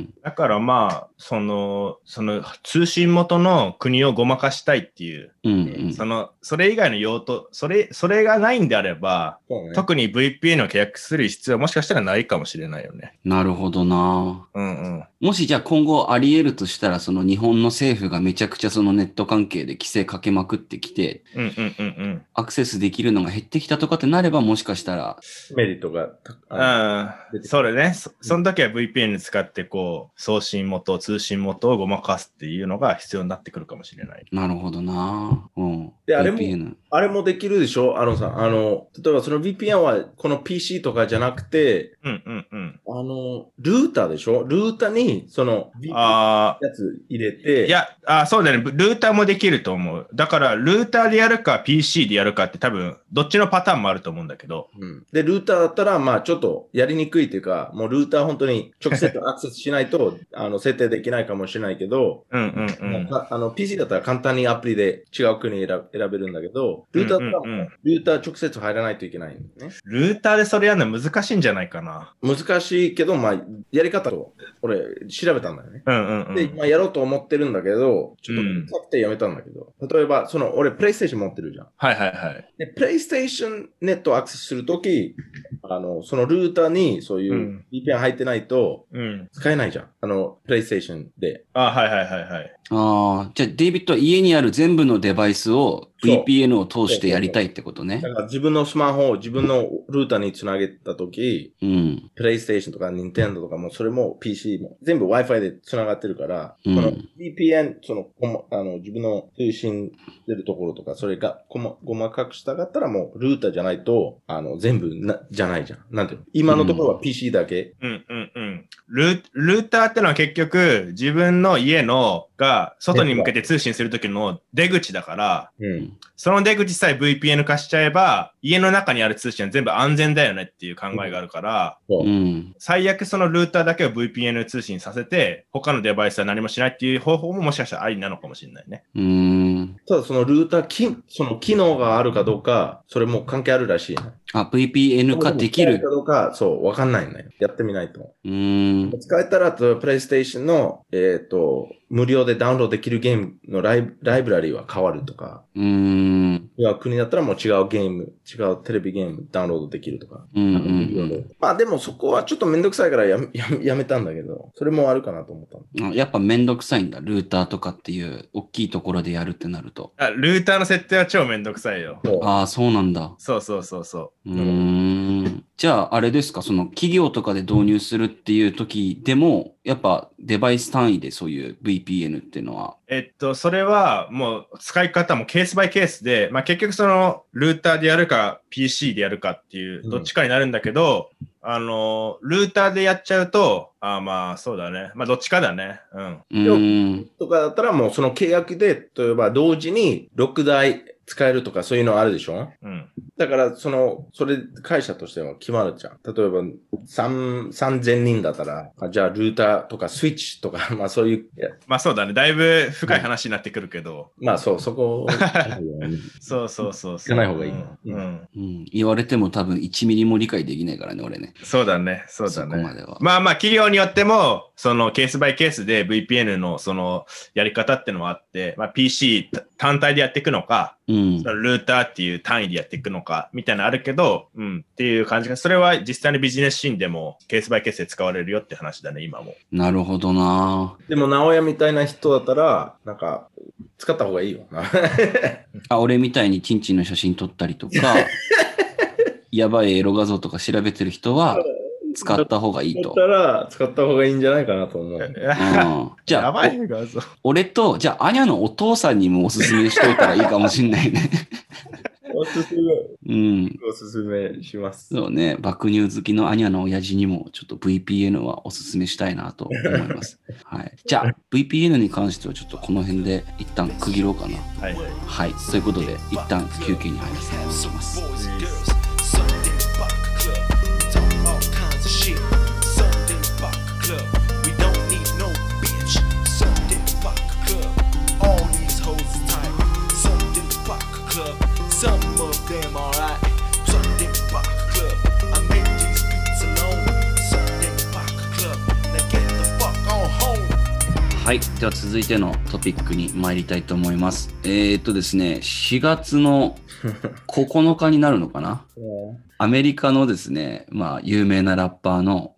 ん
だからまあ、その、その通信元の国をごまかしたいっていう、
うん。うんうん
その、それ以外の用途、それ、それがないんであれば、
そうね。
特に VPN を契約する必要はもしかしたらないかもしれないよね。
なるほどな。
うんうん。
もしじゃあ今後あり得るとしたら、その日本の政府がめちゃくちゃそのネット関係で規制かけまくってきて、
うんうんうんうん。
アクセスできるのが減ってきたとかってなれば、もしかしたら、
メリットがたあの
あ
出てくる
それね。そその時は VPN 使って、こう、送信元、通信元をごまかすっていうのが必要になってくるかもしれない。
なるほどな。うん。
であれも
VPN
あれもできるでしょアロンさん。あの、例えばその VPN はこの PC とかじゃなくて、
うんうんうん。
あの、ルーターでしょルーターにその VPN
あ
やつ入れ
あ、
て、
いや、あーそうだね。ルーターもできると思う。だから、ルーターでやるか PC でやるかって多分、どっちのパターンもあると思うんだけど、
うんで、ルーターだったら、まあちょっとやりにくいというか、もうルーター本当に直 接アクセスしないと、あの、設定できないかもしれないけど、
うんうんうん。
まああの、PC だったら簡単にアプリで違う国選べ選べるんだけど、ルーターだったら
うんうんうん
ルーター直接入らないといけないんだよね。
ルーターでそれやるの難しいんじゃないかな。
難しいけど、まあ、やり方を、俺、調べたんだよね。
うんうんうん。
で、まあ、やろうと思ってるんだけど、ちょっと
うん
めんどくさくてやめたんだけど、例えば、その、俺、プレイステーション持ってるじゃん。
はいはいはい。
で、プレイステーションネットをアクセスするとき、あの、そのルーターに、そういうんう VPN 入ってないと、
うん。
使えないじゃん。あの、プレイステーションで。
あ、はいはいはいはい。
ああ、じゃあデイビッドは家にある全部のデバイスを
そう
VPN を通してやりたいってことね
だ。から、自分のスマホを自分のルーターにつなげたとき、
うん。
プレイステーションとか Nintendo とかも、それも PC も、全部 Wi-Fi で繋がってるから、
うん
この VPN、その、こもあの、自分の通信出るところとか、それが、こま、ごまかくしたかったら、もう、ルーターじゃないと、あの、全部、な、じゃないじゃん。なんていうの今のところは PC だけ。
うんうんうん。ルールーターってのは結局自分の家のが外に向けて通信するときの出口だから、
うん。
その出口さえ VPN 化しちゃえば、家の中にある通信は全部安全だよねっていう考えがあるから、
そうう。
ん。
最悪そのルーターだけを VPN 通信させて、他のデバイスは何もしないっていう方法ももしかしたらありなのかもしれないね。
うーん。
ただ、そのルーター、き、その機能があるかどうか、それも関係あるらしいね。
あ、VPN 化でき
使えか
る。
どうか、そう、わかんないね。やってみないと。
うーん。
使えたら、とプレイステーションの、えっ、と、無料でダウンロードできるゲームのライブライブラリーは変わるとか、
うーん。
いや国だったらもう違うゲーム、違うテレビゲームダウンロードできるとか。
うんうん
いろいろ
う
まあでもそこはちょっとめんどくさいからやめ やめやめたんだけど、それもあるかなと思ったの。
んあやっぱめんどくさいんだ。ルーターとかっていう大きいところでやるってなると。
あルーターの設定は超めんどくさいよ。
そう
ああ、そうなんだ。
そうそうそうそう
ーん。じゃあ、あれですか、その企業とかで導入するっていう時でも、やっぱデバイス単位でそういう VPN っていうのは。
う。えっと、それはもう使い方もケースバイケースで、まあ結局そのルーターでやるか PC でやるかっていうう、
ん
どっちかになるんだけど、あの、ルーターでやっちゃうと、あまあそうだね。まあどっちかだね。うん。
うーん。
とかだったらもうその契約で、例えば同時に6台使えるとかそういうのあるでしょ
うん。
だから、その、それ、会社としては決まるじゃん。例えば、三、三千人だったら、あじゃあ、ルーターとかスイッチとか、 まあそういう、いや
まあそうだね。だいぶ深い話になってくるけど。
まあそう、そこを、
そうそうそうそ
聞か
う。
ない方がいい
うんうん。
うん、言われても多分1ミリも理解できないからね、俺ね。
そうだね。そうだ
そこま
ね。
では。
まあまあ企業によっても、そのケースバイケースで VPN のそのやり方ってのはあって、まあ PC 単体でやっていくのか、
うん
そ。のルーターっていう単位でやっていくのか、みたいなのあるけど、うんっていう感じが、それは実際のビジネスシーンでもケースバイケースで使われるよって話だね、今も。
なるほどな。
でも、直屋みたいな人だったら、なんか、使った方 がいいよな。
あ、俺みたいにチンチンの写真撮ったりと か、やばいエロ画像とか調べてる人は使った方がいい
だっ
と
た。ら、使った方がいいんじゃないかなと思う。
うん、 じゃ
や
あ
ば、い画像。
俺と、じゃあ、アニャのお父さんにもおすすめしといたらいいかもしんないね。
おすす
うん。
め、おすすめします。
そうね、爆乳好きのアニャの親父にも、ちょっと VPN はおすすめしたいなと思います。はい。じゃあ、VPN に関してはちょっとこの辺で一旦区切ろうかな。
はい。
はい。ということで、一旦休憩に入らせていただきます。
Boys and girls, Sunday Buck Club. Talk all kinds of shit. Sunday Buck Club. We don't need no bitch. Sunday Buck Club. All these hoes is tight. Sunday Buck Club. Some of them alright. Sunday Buck Club. I make these beats alone. Sunday Buck Club. Now get the fuck on home.
はい。では続いてのトピックに参りたいと思います。えー、っとですね、4月の9日になるのかなアメリカのですね、まあ、有名なラッパーの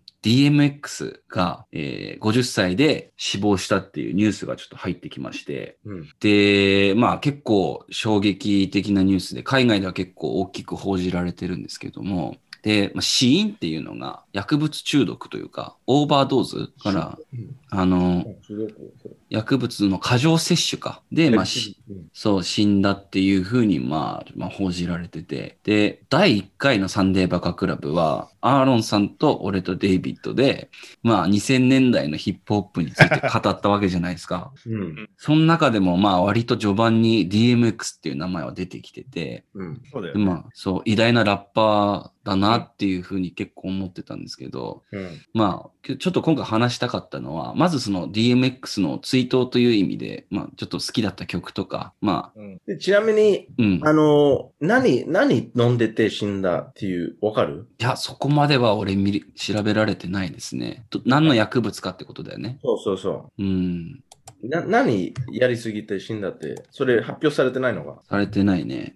DMX が、えー50歳で死亡したっていうニュースがちょっと入ってきまして、
うん
で、まあ結構衝撃的なニュースで、海外では結構大きく報じられてるんですけども、で、まあ、死因っていうのが薬物中毒というか、オーバードーズから
うん
あの、
すごくそれ
薬物の過剰摂取か。で、まあ、し
うん
そう、死んだっていうふうに、まあ、まあ、報じられてて。で、第1回のサンデーバカクラブは、アーロンさんと俺とデイビッドで、まあ、2000年代のヒップホップについて語ったわけじゃないですか。
うん
その中でも、まあ、割と序盤に DMX っていう名前は出てきてて、
うん
そうだよ
で
ね。
まあ、そう、偉大なラッパーだなっていうふうに結構思ってたんですけど、
うん
まあ、ちょっと今回話したかったのは、まずその DMX の追悼という意味で、まあ、ちょっと好きだった曲とか、まあ、
うん
でちなみに、
うん。
あの、何、何飲んでて死んだっていう、わかる
いや、そこまでは俺見る、調べられてないですね。と何の薬物かってことだよね。
そうそうそ
うん。
う。な、何やりすぎて死んだって、それ発表されてないのか
されてないね。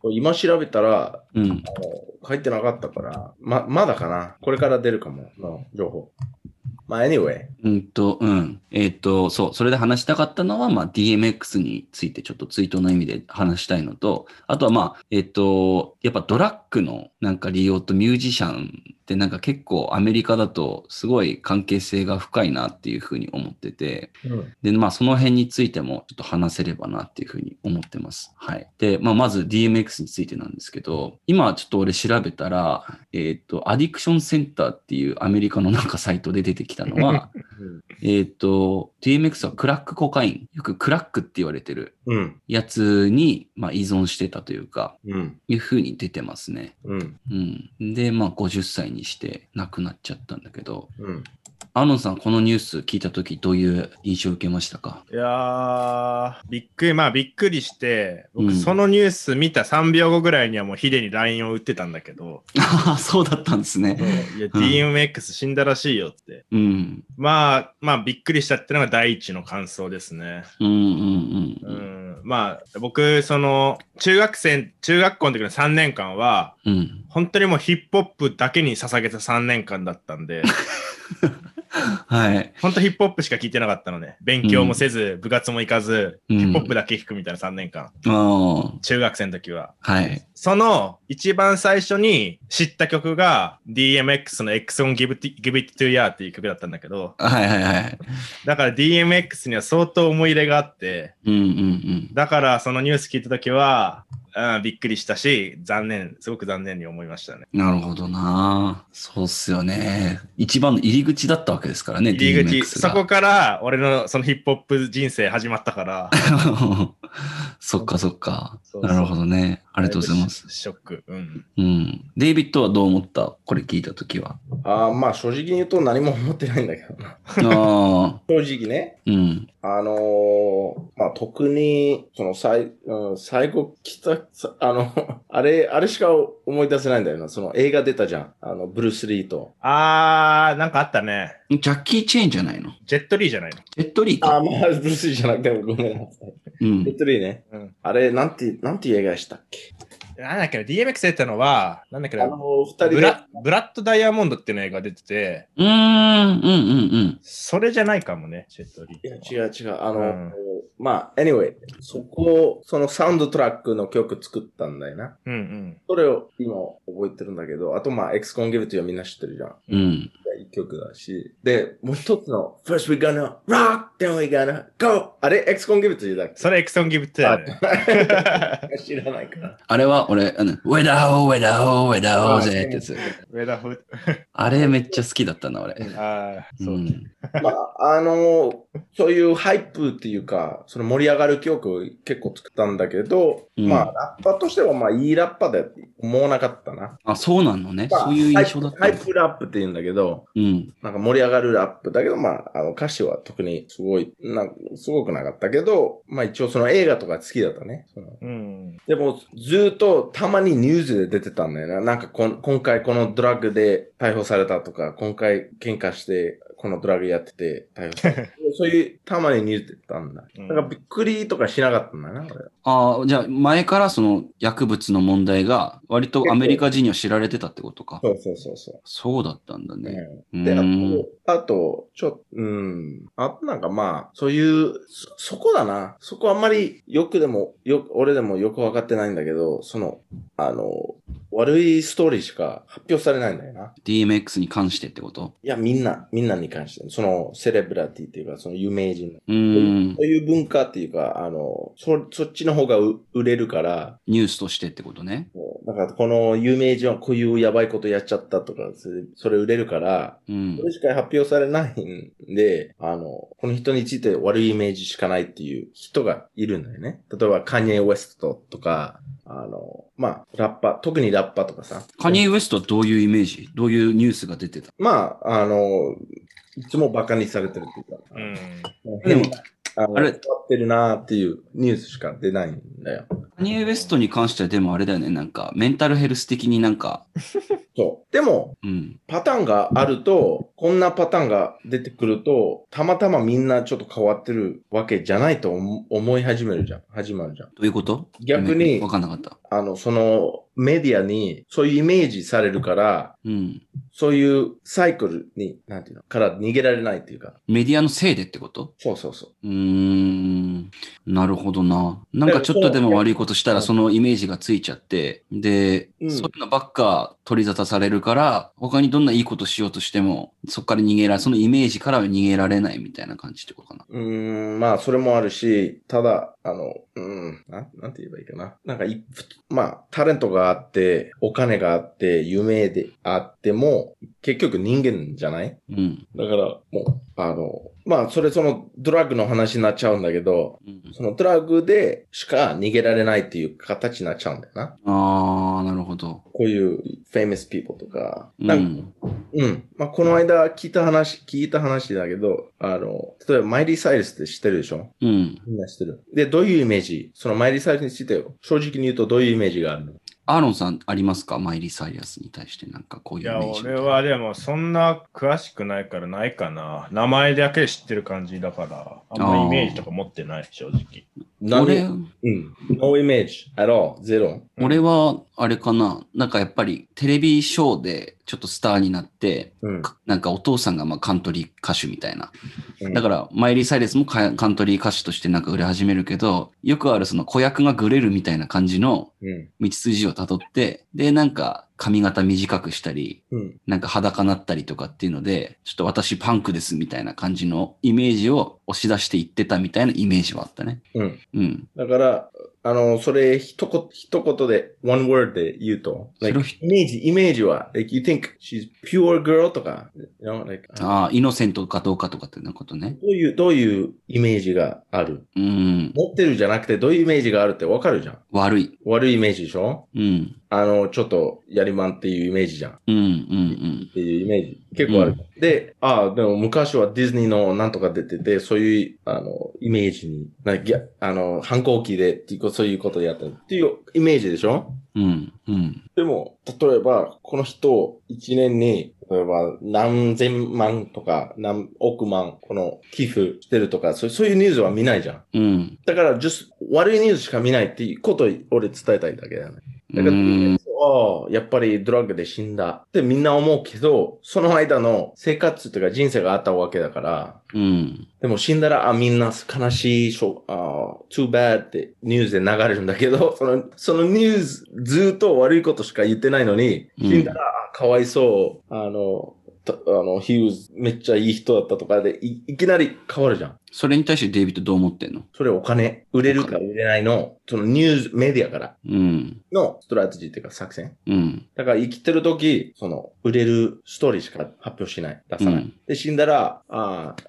これ今調べたら、
うん。
書いてなかったから、ま、まだかなこれから出るかも、の情報。まあ、anyway。
うんと、うん。えっ、と、そう、それで話したかったのは、まあ、DMX についてちょっと追悼の意味で話したいのと、あとはまあ、えっ、と、やっぱドラッグのなんか利用とミュージシャンってなんか結構アメリカだとすごい関係性が深いなっていうふうに思ってて、
うん。
で、まあ、その辺についてもちょっと話せればなっていうふうに思ってます。はい。で、まあ、まず DMX についてなんですけど、今ちょっと俺調べたら、えっ、と、アディクションセンターっていうアメリカのなんかサイトで出てきたのは、えっ、と、DMX はクラックコカイン、よくクラックって言われてる
うん。
やつに、まあ、依存してたというか、
うん。
いうふうに出てますね。
うん。
うん。で、まあ、50歳にして亡くなっちゃったんだけど、
うん。
アーノンさん、このニュース聞いたとき、どういう印象を受けましたか
いやー、びっくり、まあびっくりして、
う
僕
ん
そのニュース見た3秒後ぐらいにはもうヒデに LINE を打ってたんだけど、
ああ、そうだったんですね。
いや DMX 死んだらしいよって。
うん。
まあ、まあびっくりしたってのが第一の感想ですね。
うんうんう
うんん、まあ僕、その中学生、中学校の時の3年間は、
うん。うん。
本当にもうヒップホップだけに捧げた3年間だったんで、
はい。
本当ヒップホップしか聞いてなかったのね。勉強もせず、部活も行かず、
うん
ヒップホップだけ聞くみたいな3年間。
あ
中学生の時は。
あ、はい。
その一番最初に知った曲が DMX の X on Give It, Give It to Ya っていう曲だったんだけど、
はいはいはい。
だから DMX には相当思い入れがあって、
うんうんうん。
だからそのニュース聞いた時は、うん、びっくりしたし、残念、すごく残念に思いましたね。
なるほどな。そうっすよね。一番の入り口だったわけですからね、
入り口、
DMX
そ
が
こから俺のそのヒップホップ人生始まったから、
そっかそっか
そう。そう
なるほどね。あ
あ
りがとうございます。。
ショック。うん。
うん。デイビッドはどう思ったこれ聞いたときは。
ああ、まあ、正直に言うと何も思ってないんだけどな。
ああ、
正直ね。
うん。
あのーまあ、特に、その、最、うん、最後来た、 さあの、あれ、あれしか思い出せないんだよな。その映画出たじゃん。あの、ブルース・リーと。
あー、なんかあったね。
ジャッキー・チェーンじゃないの
ジェットリーじゃないの。
ジェットリー
あ
か。
あ、まあ、ブルース・リーじゃなくてもごめんなさい。
うん
ブル。ース・リーね。
うん。
あれ、なんて、なんていう映画でしたっけ
なんだっけな、DMX 出たのは、なんだっけ
あ
な
の、、二人で。
ブラブラッドダイヤモンドっていうの映画出てて、
うーん、うん、うん、うん。
それじゃないかもね、ジェットリ
いや、違
ー。
う違う。あの、
うん
まあ、anyway、そこを、そのサウンドトラックの曲作ったんだよな。
うんうん。
それを今覚えてるんだけど、あとまあ、エクスコンギブというみんな知ってるじゃん。
うん。
いい曲だし。で、もう一つの、first we gonna rock, then we gonna go! あれ、エクスコンギブというだっけ
それエクソンギブってだよね。
知らないから。
あれは俺、あの、ウェダーオー、ウェダーオー、ウェダーオーぜってやつ。
上田風。
あれめっちゃ好きだったな、俺。
ああ、
う
そう。
ん。
まあ、あの、そういうハイプっていうか、その盛り上がる曲を結構作ったんだけど、
うん
まあ、ラッパーとしてはまあ、いいラッパーだって思わなかったな。
あ、そうなのね。
まあ
そういう印象だっ
ハ
た
イ
の
プハイプラップって言うんだけど、
うん。
なんか盛り上がるラップだけど、まあ、あの歌詞は特にすごい、なんすごくなかったけど、まあ一応その映画とか好きだったね。その
うん。
でも、ずーっとたまにニュースで出てたんだよな。なんかこん、今回このドラッグで逮捕されたとか、今回喧嘩して、このドラッグやってて逮捕された。 そういう、たまにニュースで出たんだ。
うん
だからびっくりとかしなかったんだな、俺。
ああ、じゃあ前からその薬物の問題が割とアメリカ人には知られてたってことか。
そうそうそうそ
そうだったんだ
う。
ね。
うん
う
で、あ
ーん。
と、あと、ちょっと、うん。あとなんかまあ、そういう、そ、そこだな。そこあんまりよくでも、よ、俺でもよくわかってないんだけど、その、あの、悪いストーリーしか発表されないんだよな。
DMX に関してってこと
いや、みんな、みんなに関して、そのセレブラティっていうか、その有名人の。
うーん
そういう文化っていうか、あの、そ、そっちの方がう売れるから、
ニュースとしてってことね。
もうなんかこの有名人はこういうやばいことやっちゃったとか、それそれ売れるから、
うん
そ。れしか発表されないんで、あの、この人について悪いイメージしかないっていう人がいるんだよね。例えば、カニエ・ウェストとか、あの、まあ、ラッパ、特にラッパとかさ。
カニエ・ウエストはどういうイメージどういうニュースが出てた
まあ、あの、いつもバカにされてるっていうか、
うん。
でも、
あの、
あれ
変わってるなーっていうニュースしか出ないんだよ。
カニエ・ウエストに関してはでもあれだよね。なんか、メンタルヘルス的になんか、
そう。でも、
うん。
パターンがあると、こんなパターンが出てくると、たまたまみんなちょっと変わってるわけじゃないと思思い始めるじゃん。始まるじゃん。
どういうこと
逆に
わかんなかった。
あの、そのメディアにそういうイメージされるから、
うん。
そういうサイクルに、なんていうの、から逃げられないっていうか。
メディアのせいでってこと
そうそうそう。
うーん。なるほどな。なんかちょっとでも悪いことしたらそのイメージがついちゃって、で、
うん
そういうのばっか取り沙汰されるから、他にどんないいことしようとしても、そこから逃げられ、そのイメージからは逃げられないみたいな感じってことかな。
うーん、まあ、それもあるし、ただ、あの、うん、なん、なんて言えばいいかな。なんかい、ふまあ、タレントがあって、お金があって、夢であっても、結局人間じゃない
うん。
だから、もう、あの、まあ、それそのドラッグの話になっちゃうんだけど、
うん、
そのドラッグでしか逃げられないっていう形になっちゃうんだよな。
あー、なるほど。
こういう famous people とか。
う
なんか
ん。
うん。まあ、この間聞いた話、聞いた話だけど、あの、例えばマイリー・サイルスって知ってるでしょ
うん。
みんな知ってる。で、どういうイメージそのマイリー・サイルスについて、正直に言うとどういうイメージがあるの
アーロンさんありますかマイリー・サイアスに対してなんかこういう
い
イメ
や、
ージみたい
俺
な。
はでも、そんな詳しくないからないかな。名前だけ知ってる感じだから、あんまイメージとか持ってない、正直。
俺
何うん。No image at all. Zero.
俺は、あれかな、なんかやっぱりテレビショーでちょっとスターになって、
うん。
なんかお父さんがまあカントリー歌手みたいな。
うん
だから、マイリー・サイレスもカカントリー歌手としてなんか売れ始めるけど、よくあるその子役がグレるみたいな感じの
うん。
道筋をたどって、で、なんか髪型短くしたり、
うん。
なんか裸なったりとかっていうので、ちょっと私パンクですみたいな感じのイメージを押し出していってたみたいなイメージはあったね。
うん。
うん。
だから、あの、それ一言、一言で、one word で言うと、like,
そ
イメージ、イメージは、like, you think she's pure girl とか、you know, like,
ああ、イノセントかどうかとかってなことね。
どういう、どういうイメージがある
うん。
持ってるじゃなくて、どういうイメージがあるってわかるじゃん。
悪い。
悪いイメージでしょ
うん。
あの、ちょっと、やりまんっていうイメージじゃん。っ
うんうん
ていうイメージ。結構ある。で、ああ、でも昔はディズニーのなんとか出てて、そういう、あの、イメージに、なんかぎゃあの、反抗期で、っていうかそういうことやったっていうイメージでしょ
うん。うん。うん。
でも、例えば、この人、一年に、例えば、何千万とか、何億万、この、寄付してるとか、そうそういうニュースは見ないじゃん。
うん。
だから、just 悪いニュースしか見ないっていうことを俺伝えたいだけだね。
う
だから、
ん。
ああ、やっぱりドラッグで死んだってみんな思うけど、その間の生活というか人生があったわけだから、
うん。
でも死んだら、あ、みんな悲しい、しょあー too bad ってニュースで流れるんだけど、 その、そのニュースずっと悪いことしか言ってないのに、
うん
死んだら、あかわいそう、あの、たあの、ヒューズめっちゃいい人だったとかでい、いきなり変わるじゃん。
それに対してデイビッドどう思ってんの
それお金、売れるか売れないの、そのニュース、メディアから
うん。
のストラテジーっていうか作戦。
うん。
だから生きてる時、その、売れるストーリーしか発表しない、出さない。
うん
で、死んだら、あー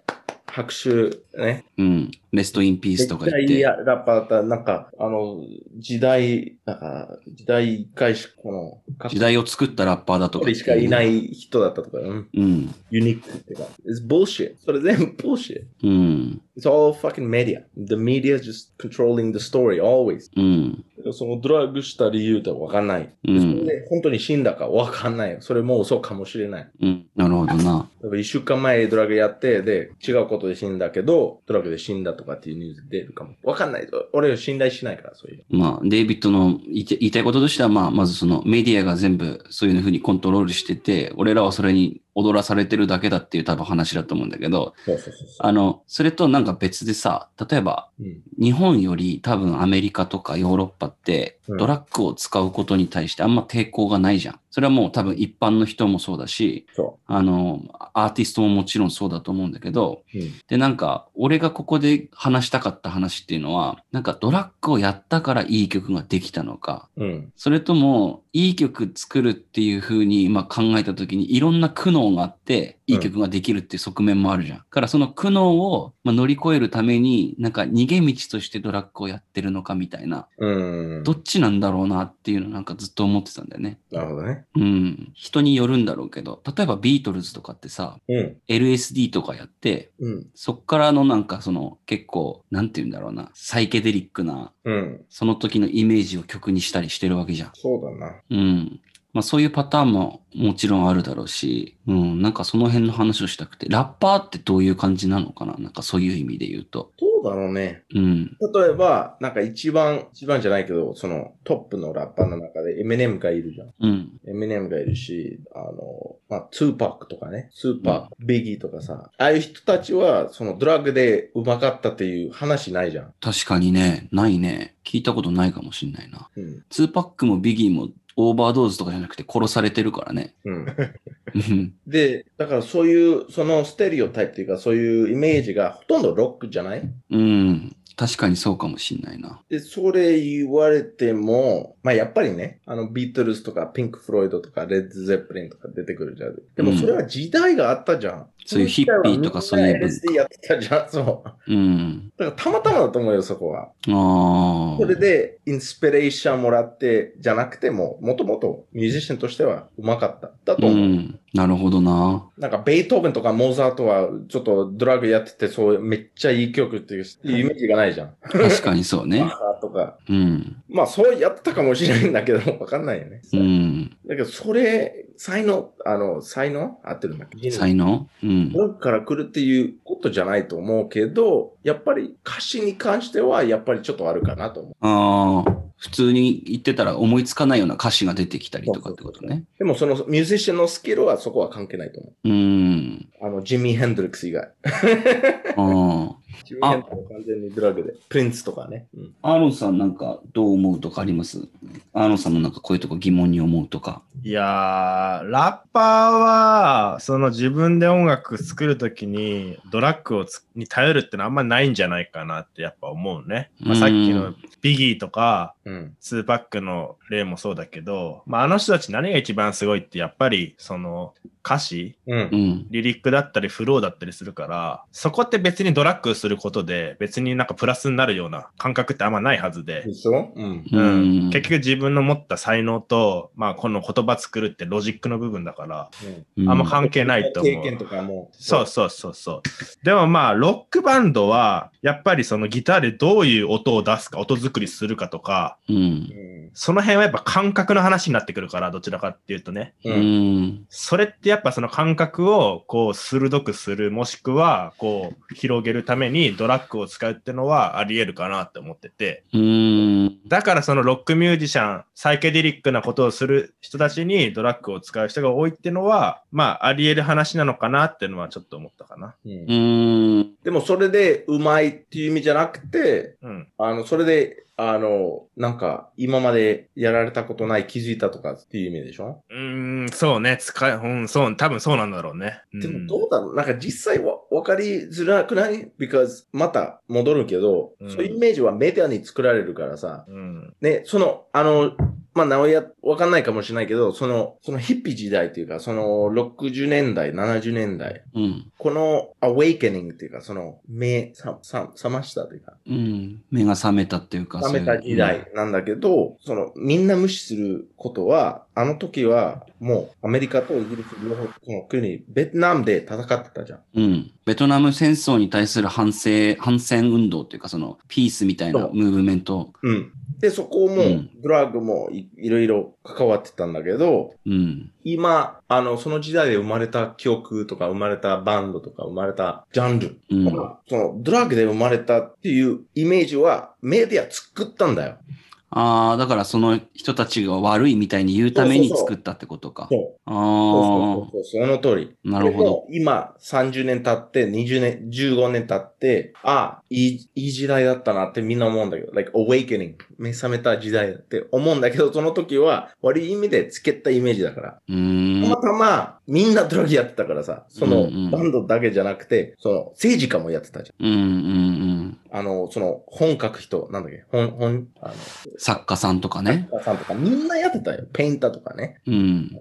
拍手、ね、
うん。レストインピースとか言っ
絶対いや
て。
ラッパーだったら、なんか、あの、時代、なんか、時代一回しか、この、
時代を作ったラッパーだと
一
か。。
人しかいないい人だったとか、うん、
うん。
ユニークっていうか、it's bullshit. それ全部 bullshit.
うん。
It's all fucking media. The media is just controlling the story always.
うん。
そのドラッグした理由ってわかんない。
うん
それで本当に死んだかわかんない。それも嘘かもしれない。
うん。なるほどな。
例えば一週間前ドラッグやって、で、違うことで死んだけど、ドラッグで死んだとかっていうニュース出るかも。わかんない。俺は信頼しないから、そういう。
まあ、デイビッドの言いた言いたいこととしては、まあ、まずそのメディアが全部そういうふうにコントロールしてて、俺らはそれに踊らされてるだけだっていう多分話だと思うんだけど、
そうそうそうそう。
あの、それとなんか別でさ、例えば
うん
日本より多分アメリカとかヨーロッパって
うん
ドラッグを使うことに対してあんま抵抗がないじゃん。それはもう多分一般の人もそうだし、
そ
あの、アーティストももちろんそうだと思うんだけど、
う。うん
で、なんか、俺がここで話したかった話っていうのは、なんかドラッグをやったからいい曲ができたのか、
うん。
それとも、いい曲作るっていう風に今考えた時に、いろんな苦悩があって、いい曲ができるっていう側面もあるじゃん。だからその苦悩をまあ乗り越えるために、なんか逃げ道としてドラッグをやってるのかみたいな、
うん。
どっちなんだろうなっていうのなんかずっと思ってたんだよね。
なるほどね。
うん。人によるんだろうけど、例えばビートルズとかってさ、
うん。
LSD とかやって、
うん。
そっからのなんかその結構、なんて言うんだろうな、サイケデリックな、
うん。
その時のイメージを曲にしたりしてるわけじゃん。
そうだな。
うん。まあそういうパターンももちろんあるだろうし、うん、なんかその辺の話をしたくて、ラッパーってどういう感じなのかななんかそういう意味で言うと。
どうだろうね。
うん。
例えば、なんか一番、一番じゃないけど、そのトップのラッパーの中でエミネムがいるじゃん。
うん。
エミネムがいるし、あの、まあ、ツーパックとかね、スーパー、ビギーとかさ、ああいう人たちは、そのドラッグでうまかったっていう話ないじゃん。
確かにね、ないね。聞いたことないかもしんないな。
うん。
ツーパックもビギーもオーバードーズとかじゃなくて殺されてるからね。
うん。
うん
で、だからそういう、そのステレオタイプというか、そういうイメージがほとんどロックじゃない
うん。確かにそうかもしんないな。
で、それ言われても、まあやっぱりね、あのビートルズとかピンク・フロイドとかレッド・ゼップリンとか出てくるじゃん。でもそれは時代があったじゃん。
そういうヒッピーとかそういう文化
LSD やってたじゃん、 そう。
うん。
だからたまたまだと思うよ、そこは。
ああ。
それで、インスピレーションもらって、じゃなくても、もともとミュージシャンとしてはうまかった。だと
う
思う。
ん。なるほどな。
なんか、ベートーベンとかモーザートは、ちょっとドラッグやってて、そう、めっちゃいい曲っていうイメージがないじゃん。
確かにそうね。
あとか。
うん。
まあ、そうやってたかもしれないんだ けど、わかんないよね。
うん。
だけど、それ、才能、あの、才能合ってるんだっけ
才能うん
ド。ラッグから来るっていうことじゃないと思うけど、やっぱり歌詞に関しては、やっぱりちょっとあるかなと思う。
ああ、普通に言ってたら思いつかないような歌詞が出てきたりとかってことね。
でも、そのミュージシャンのスキルはそこは関係ないと思う。
うーん。
あの、ジミー・ヘンドリックス以外。
あ
ジミー・ヘンドリックスは完全にドラッグで。プリンスとかね。うん
あ。アーロンさんなんかどう思うとかありますアーロンさんのなんかこういうとこ疑問に思うとか。
いやー、ラッパーは、その自分で音楽作るときに、ドラッグをつに頼るってのはあんまないんじゃないかなってやっぱ思うね。まあ、さっき
う
のビギーとか、
うん。
ツーパックの例もそうだけど、まあ、あの人たち何が一番すごいって、やっぱり、その歌詞、
う。
うんん。
リリックだったりフローだったりするから、そこって別にドラッグすることで、別になんかプラスになるような感覚ってあんまないはずで、
でしょうん。
う
うんん、結局自分の持った才能と、まあ、この言葉作るってロジックの部分だから、あんま関係ないと思う。
経験とかも。
そうそうそうそう。でもまあ、ロックバンドは、やっぱりそのギターでどういう音を出すか、音作りするかとか、
う。
うんん。
その辺はやっぱ感覚の話になってくるから、どちらかっていうとね。
う
うん。
ん。
それってやっぱその感覚をこう鋭くする、もしくはこう広げるためにドラッグを使うってのはあり得るかなって思ってて。
うん。
だからそのロックミュージシャン、サイケデリックなことをする人たちにドラッグを使う人が多いってのは、まああり得る話なのかなってのはちょっと思ったかな。
うん
うん。
でも、それでうまいっていう意味じゃなくて、
うん。
あの、それで、あの、なんか、今までやられたことない気づいたとかっていう意味でしょ、
うーん、そうね。使い、うん、そう、多分そうなんだろうね。
でも、どうだろうなんか、実際わ、わかりづらくない ?because、また戻るけど、
うん
そういうイメージはメディアに作られるからさ、
うん。
ね、その、あの、まあ、なおや、わかんないかもしれないけど、その、そのヒッピー時代というか、その、60年代、70年代、
うん。
この、アウェイケニングというか、その、目、さ、さ、覚ましたというか、
うん。目が覚めたっていうか。
冷めた時
そういう。
代なんだけど、その、みんな無視することは、あの時は、もう、アメリカとイギリス両方の国、ベトナムで戦ってたじゃん。
うん。ベトナム戦争に対する反省、反戦運動っていうか、その、ピースみたいなムーブメント。
うん。で、そこも
うん、
ドラッグもいいろいろ関わってたんだけど、
うん。
今、あの、その時代で生まれた曲とか、生まれたバンドとか、生まれたジャンル。
うん。
その、ドラッグで生まれたっていうイメージは、メディア作ったんだよ。
ああ、だからその人たちが悪いみたいに言うために
そうそうそう
作ったってことか。
そう。
あ
そうそう
あ
そうそう、その通り。
なるほ
で
ど。
も今、30年経って、20年、15年経って、あ、いい、いい時代だったなってみんな思うんだけど、like awakening、目覚めた時代だって思うんだけど、その時は悪い意味でつけたイメージだから。
うー
たま
ん。
たま、みんなドラギやってたからさ、そ
うんうん
のバンドだけじゃなくて、その政治家もやってたじ
うんうん
ゃん。あの、その本書く人、なんだっけ、本、本、あ
うん。作家さんとかね。
の、さんとかみんなやってたよ。ペインターとかね。
うん。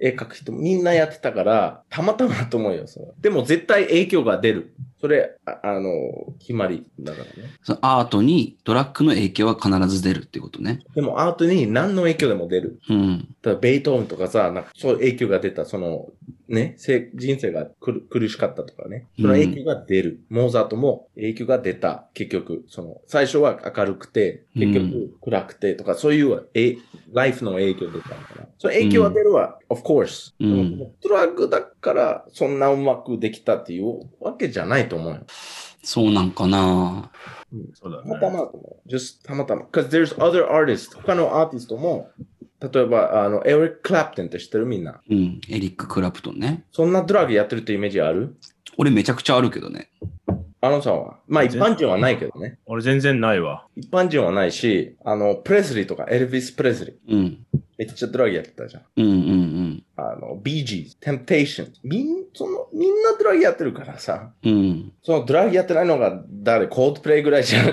絵描く人みんなやってたから、たまたまだと思うよ、それはでも絶対影響が出る。それ、ああの、決まりだからね。
そのアートにドラッグの影響は必ず出るってことね。
でもアートに何の影響でも出る。
うん。
だからベートーンとかさ、なんかそういう影響が出た、その、ね、せ人生が苦苦しかったとかね。その影響が出る。モーザートも影響が出た。結局、その、最初は明るくて、結局暗くてとか、そういう、え、ライフの影響出たのかな。その影響は出るは、of course。
う
で
ん
も、ドラッグだから、そんなうまくできたっていうわけじゃないと思うよ。
そうなんかな。
そうだ
たまたま
ね。
だと思う。just たまたま。because there's other artists. 他のアーティストも、例えば、あの、エリック・クラプテンって知ってるみんな。
うん。エリック・クラプトンね。
そんなドラッグやってるってイメージある
俺めちゃくちゃあるけどね。
あのさんは。まあ一般人はないけどね。
俺全然ないわ。
一般人はないし、あの、プレスリーとか、エルヴィス・プレスリー。
うん。
めっちゃドラッグやってたじゃん。
うんうんうん。
あの、ビージーズ、テンプテーション。みん、その、みんなドラッグやってるからさ。
うん。
そのドラッグやってないのが誰コードプレイぐらいじゃん。
い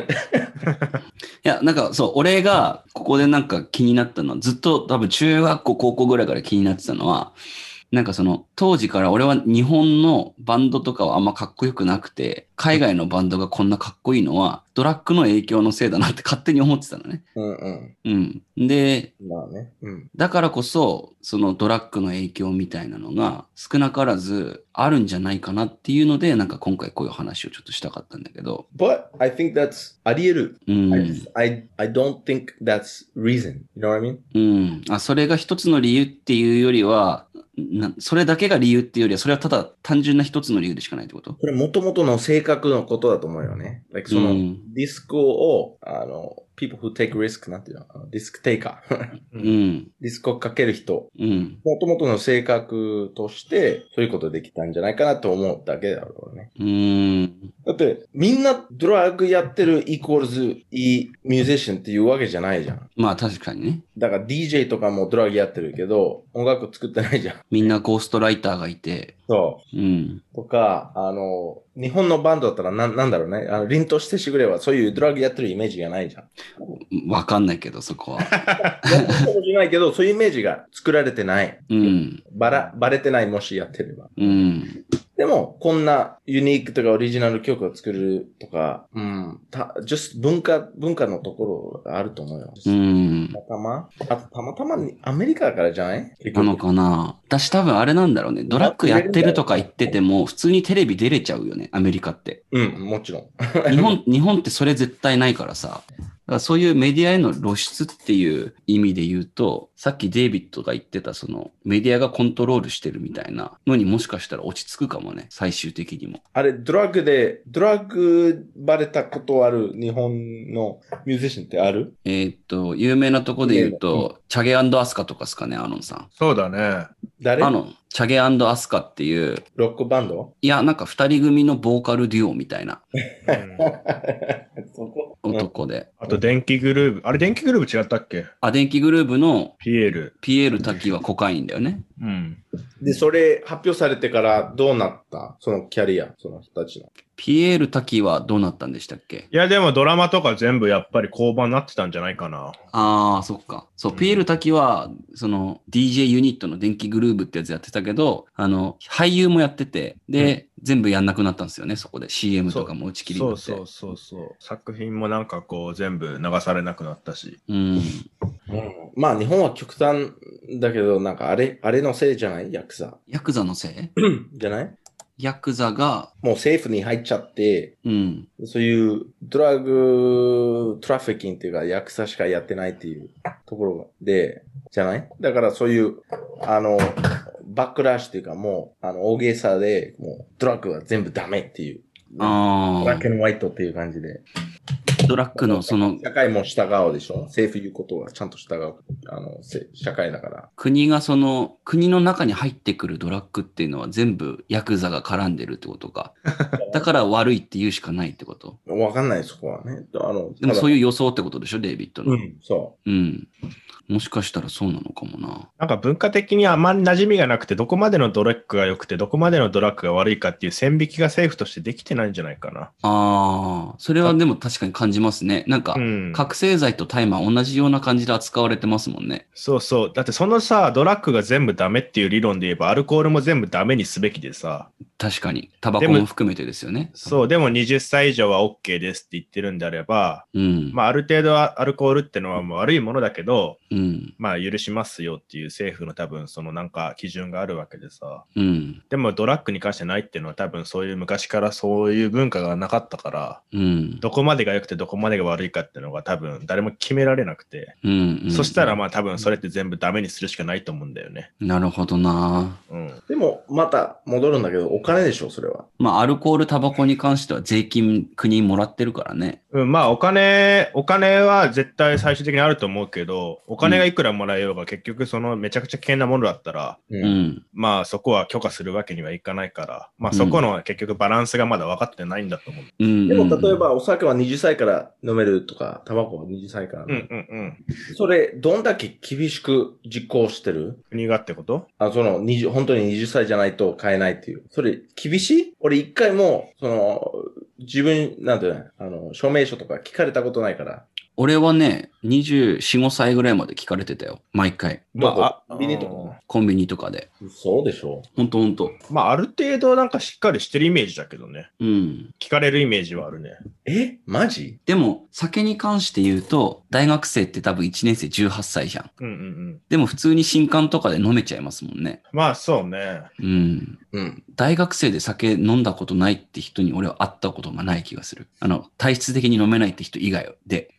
や、なんかそう、俺がここでなんか気になったのは、ずっと多分中学校、高校ぐらいから気になってたのは、なんかその当時から俺は日本のバンドとかはあんまかっこよくなくて、海外のバンドがこんなかっこいいのはドラッグの影響のせいだなって 勝手に思ってたのね。
うんうん。
うん。で、
まあね。うん。
だからこそ、そのドラッグの影響みたいなのが少なからずあるんじゃないかなっていうので、なんか今回こういう話をちょっとしたかったんだけど。
But I think that's あり得る。
うん。
I, just, I, I don't think that's reason. You know what I mean?
うん、あそれが一つの理由っていうよりはな、それだけが理由っていうよりは、それはただ単純な一つの理由でしかないってこと
これもともとの性格のことだと思うよね。Like, その、
うん
ディスクを、あの、people who take risk なんていうのあのディスクテイカー。
う
う。
んん、
ディスクをかける人。
うん、
もともとの性格として、そういうことできたんじゃないかなと思うだけだろうね。
うん、
だって、みんなドラッグやってるイコールズいいミュージシャンっていうわけじゃないじゃん。
まあ確かにね。
だから DJ とかもドラッグやってるけど、音楽作ってないじゃん。
みんなゴーストライターがいて、
そう。
うん、
とか、あの、日本のバンドだったらなんなんだろうね。あの、凛としてしぐれはそういうドラッグやってるイメージがないじゃん。
わかんないけど、そこは。
やってるかもしれないけど、そういうイメージが作られてない。
うん、
ばら、ばれてないもしやってれば。
うん、
でも、こんなユニークとかオリジナル曲を作るとか、うん、た、just 文化、文化のところがあると思うよ。
うん
た。またまあと、たまたまにアメリカだからじゃない結
なの
局。
かな私多分あれなんだろうね。ドラッグやってるとか言ってても、普通にテレビ出れちゃうよね、アメリカって。
うん、もちろん。
日本、日本ってそれ絶対ないからさ。だからそういうメディアへの露出っていう意味で言うと、さっきデイビッドが言ってたそのメディアがコントロールしてるみたいなのにもしかしたら落ち着くかもね、最終的にも。
あれ、ドラッグで、ドラッグバレたことある日本のミュージシャンってある
えーっと、有名なとこで言うと、チャゲアスカとかですかね、アノンさん。
そうだね。
誰
アノン、チャゲアスカっていう、
ロックバンド
いや、なんか二人組のボーカルデュオみたいな
うん
そこ
男で。
あと、電気グルーブ。あれ、電気グルーブ違ったっけ
あ、電気グルーヴの
ピエール。
ピエール滝はコカインだよね。
うん。
で、それ発表されてからどうなったそのキャリア、その人たちの。
ピエール滝はどうなったんでしたっけ
いや、でもドラマとか全部やっぱり交番になってたんじゃないかな。
ああ、そっか。そう、
うん
ピエール滝は、その、DJ ユニットの電気グルーブってやつやってたけど、あの、俳優もやってて、で、全部やんなくなったんですよね、そこで。CM とかも打ち切りに
そ
な
う
って。
そうそうそう。作品もなんかこう全部流されなくなったし。
うん。
まあ日本は極端だけど、なんかあれ、あれのせいじゃないヤクザ。
ヤクザのせい
じゃない
ヤクザが、
もう政府に入っちゃって、
うん。
そういうドラッグトラフィキングっていうか、ヤクザしかやってないっていうところで、じゃないだからそういう、あの、バックラッシュっていうかもう、あの、大げさで、もう、ドラッグは全部ダメっていう。
あ
ブラッ
あ
ク。ホワイトっていう感じで。
ドラッグのその
社会も従おうでしょ政府言うことはちゃんと従う。あの、せ社会だから。
国がその国の中に入ってくるドラッグっていうのは全部ヤクザが絡んでるってこと か。だから悪いって言うしかないってこと。
わかんない、そこはね。あの、
でもそう
い
いう予想ってことでしょ、デイビッド
う
の。
ん、そ
うん。もしかしたらそうなのかもな。
なんか文化的にあまり馴染みがなくて、どこまでのドラッグが良くて、どこまでのドラッグが悪いかっていう線引きが政府としてできてないんじゃないかな。
ああ、それはでも確かに感じますね。なんか、
うん。
覚醒剤と大麻同じような感じで扱われてますもんね。
そうそう。だってそのさ、ドラッグが全部ダメっていう理論で言えば、アルコールも全部ダメにすべきでさ、
確かに。タバコ
でも
も含めてですよね。
そう、でも20歳以上は OK ですって言ってるんであれば、
うん。
まあある程度はアルコールってのはもう悪いものだけど、
うん。
まあ許しますよっていう政府の多分そのなんか基準があるわけでさ、
うん。
でもドラッグに関してないっていうのは多分そういう昔からそういう文化がなかったから、
うん。
どこまでが良くてどこまでが悪いかっていうのが多分誰も決められなくて、
うん。うん
そしたらまあ多分それって全部ダメにするしかないと思うんだよね。
なるほどな。
うん。
う。でも、また戻るんだけど、お金でしょ、それは。
まあ、アルコール、タバコに関しては税金国にもらってるからね。
うん、まあお金、お金は絶対最終的にあると思うけど、お金がいくらもらえようが結局そのめちゃくちゃ危険なものだったら、
う
う。ん。
まあそこは許可するわけにはいかないから、まあそこの結局バランスがまだ分かってないんだと思う。
うん。
でも、例え
うん、
ば、お酒は20歳から飲めるとか、タバコは20歳から飲
う
め
ん
る、
うんうん。
それ、どんだけ厳しく実行してる
国がってこと
あその、20、本当に20歳じゃないと買えないっていう。それ、厳しい俺一回も、その、自分、なんていうのあの、証明書とか聞かれたことないから。
俺はね、24、5歳ぐらいまで聞かれてたよ。毎回。
どこ
まあ
コンビニとか。
コンビニとかで。
そうでしょ
ほんとほんと。
まあある程度なんかしっかりしてるイメージだけどね。
うん。
聞かれるイメージはあるね。
えマジ
でも、酒に関して言うと、大学生って多分1年生18歳じゃん。
うんうんうん。
でも普通に新刊とかで飲めちゃいますもんね。
まあそうね。
うん。
うん。
大学生で酒飲んだことないって人に俺は会ったことがない気がする。あの、体質的に飲めないって人以外で。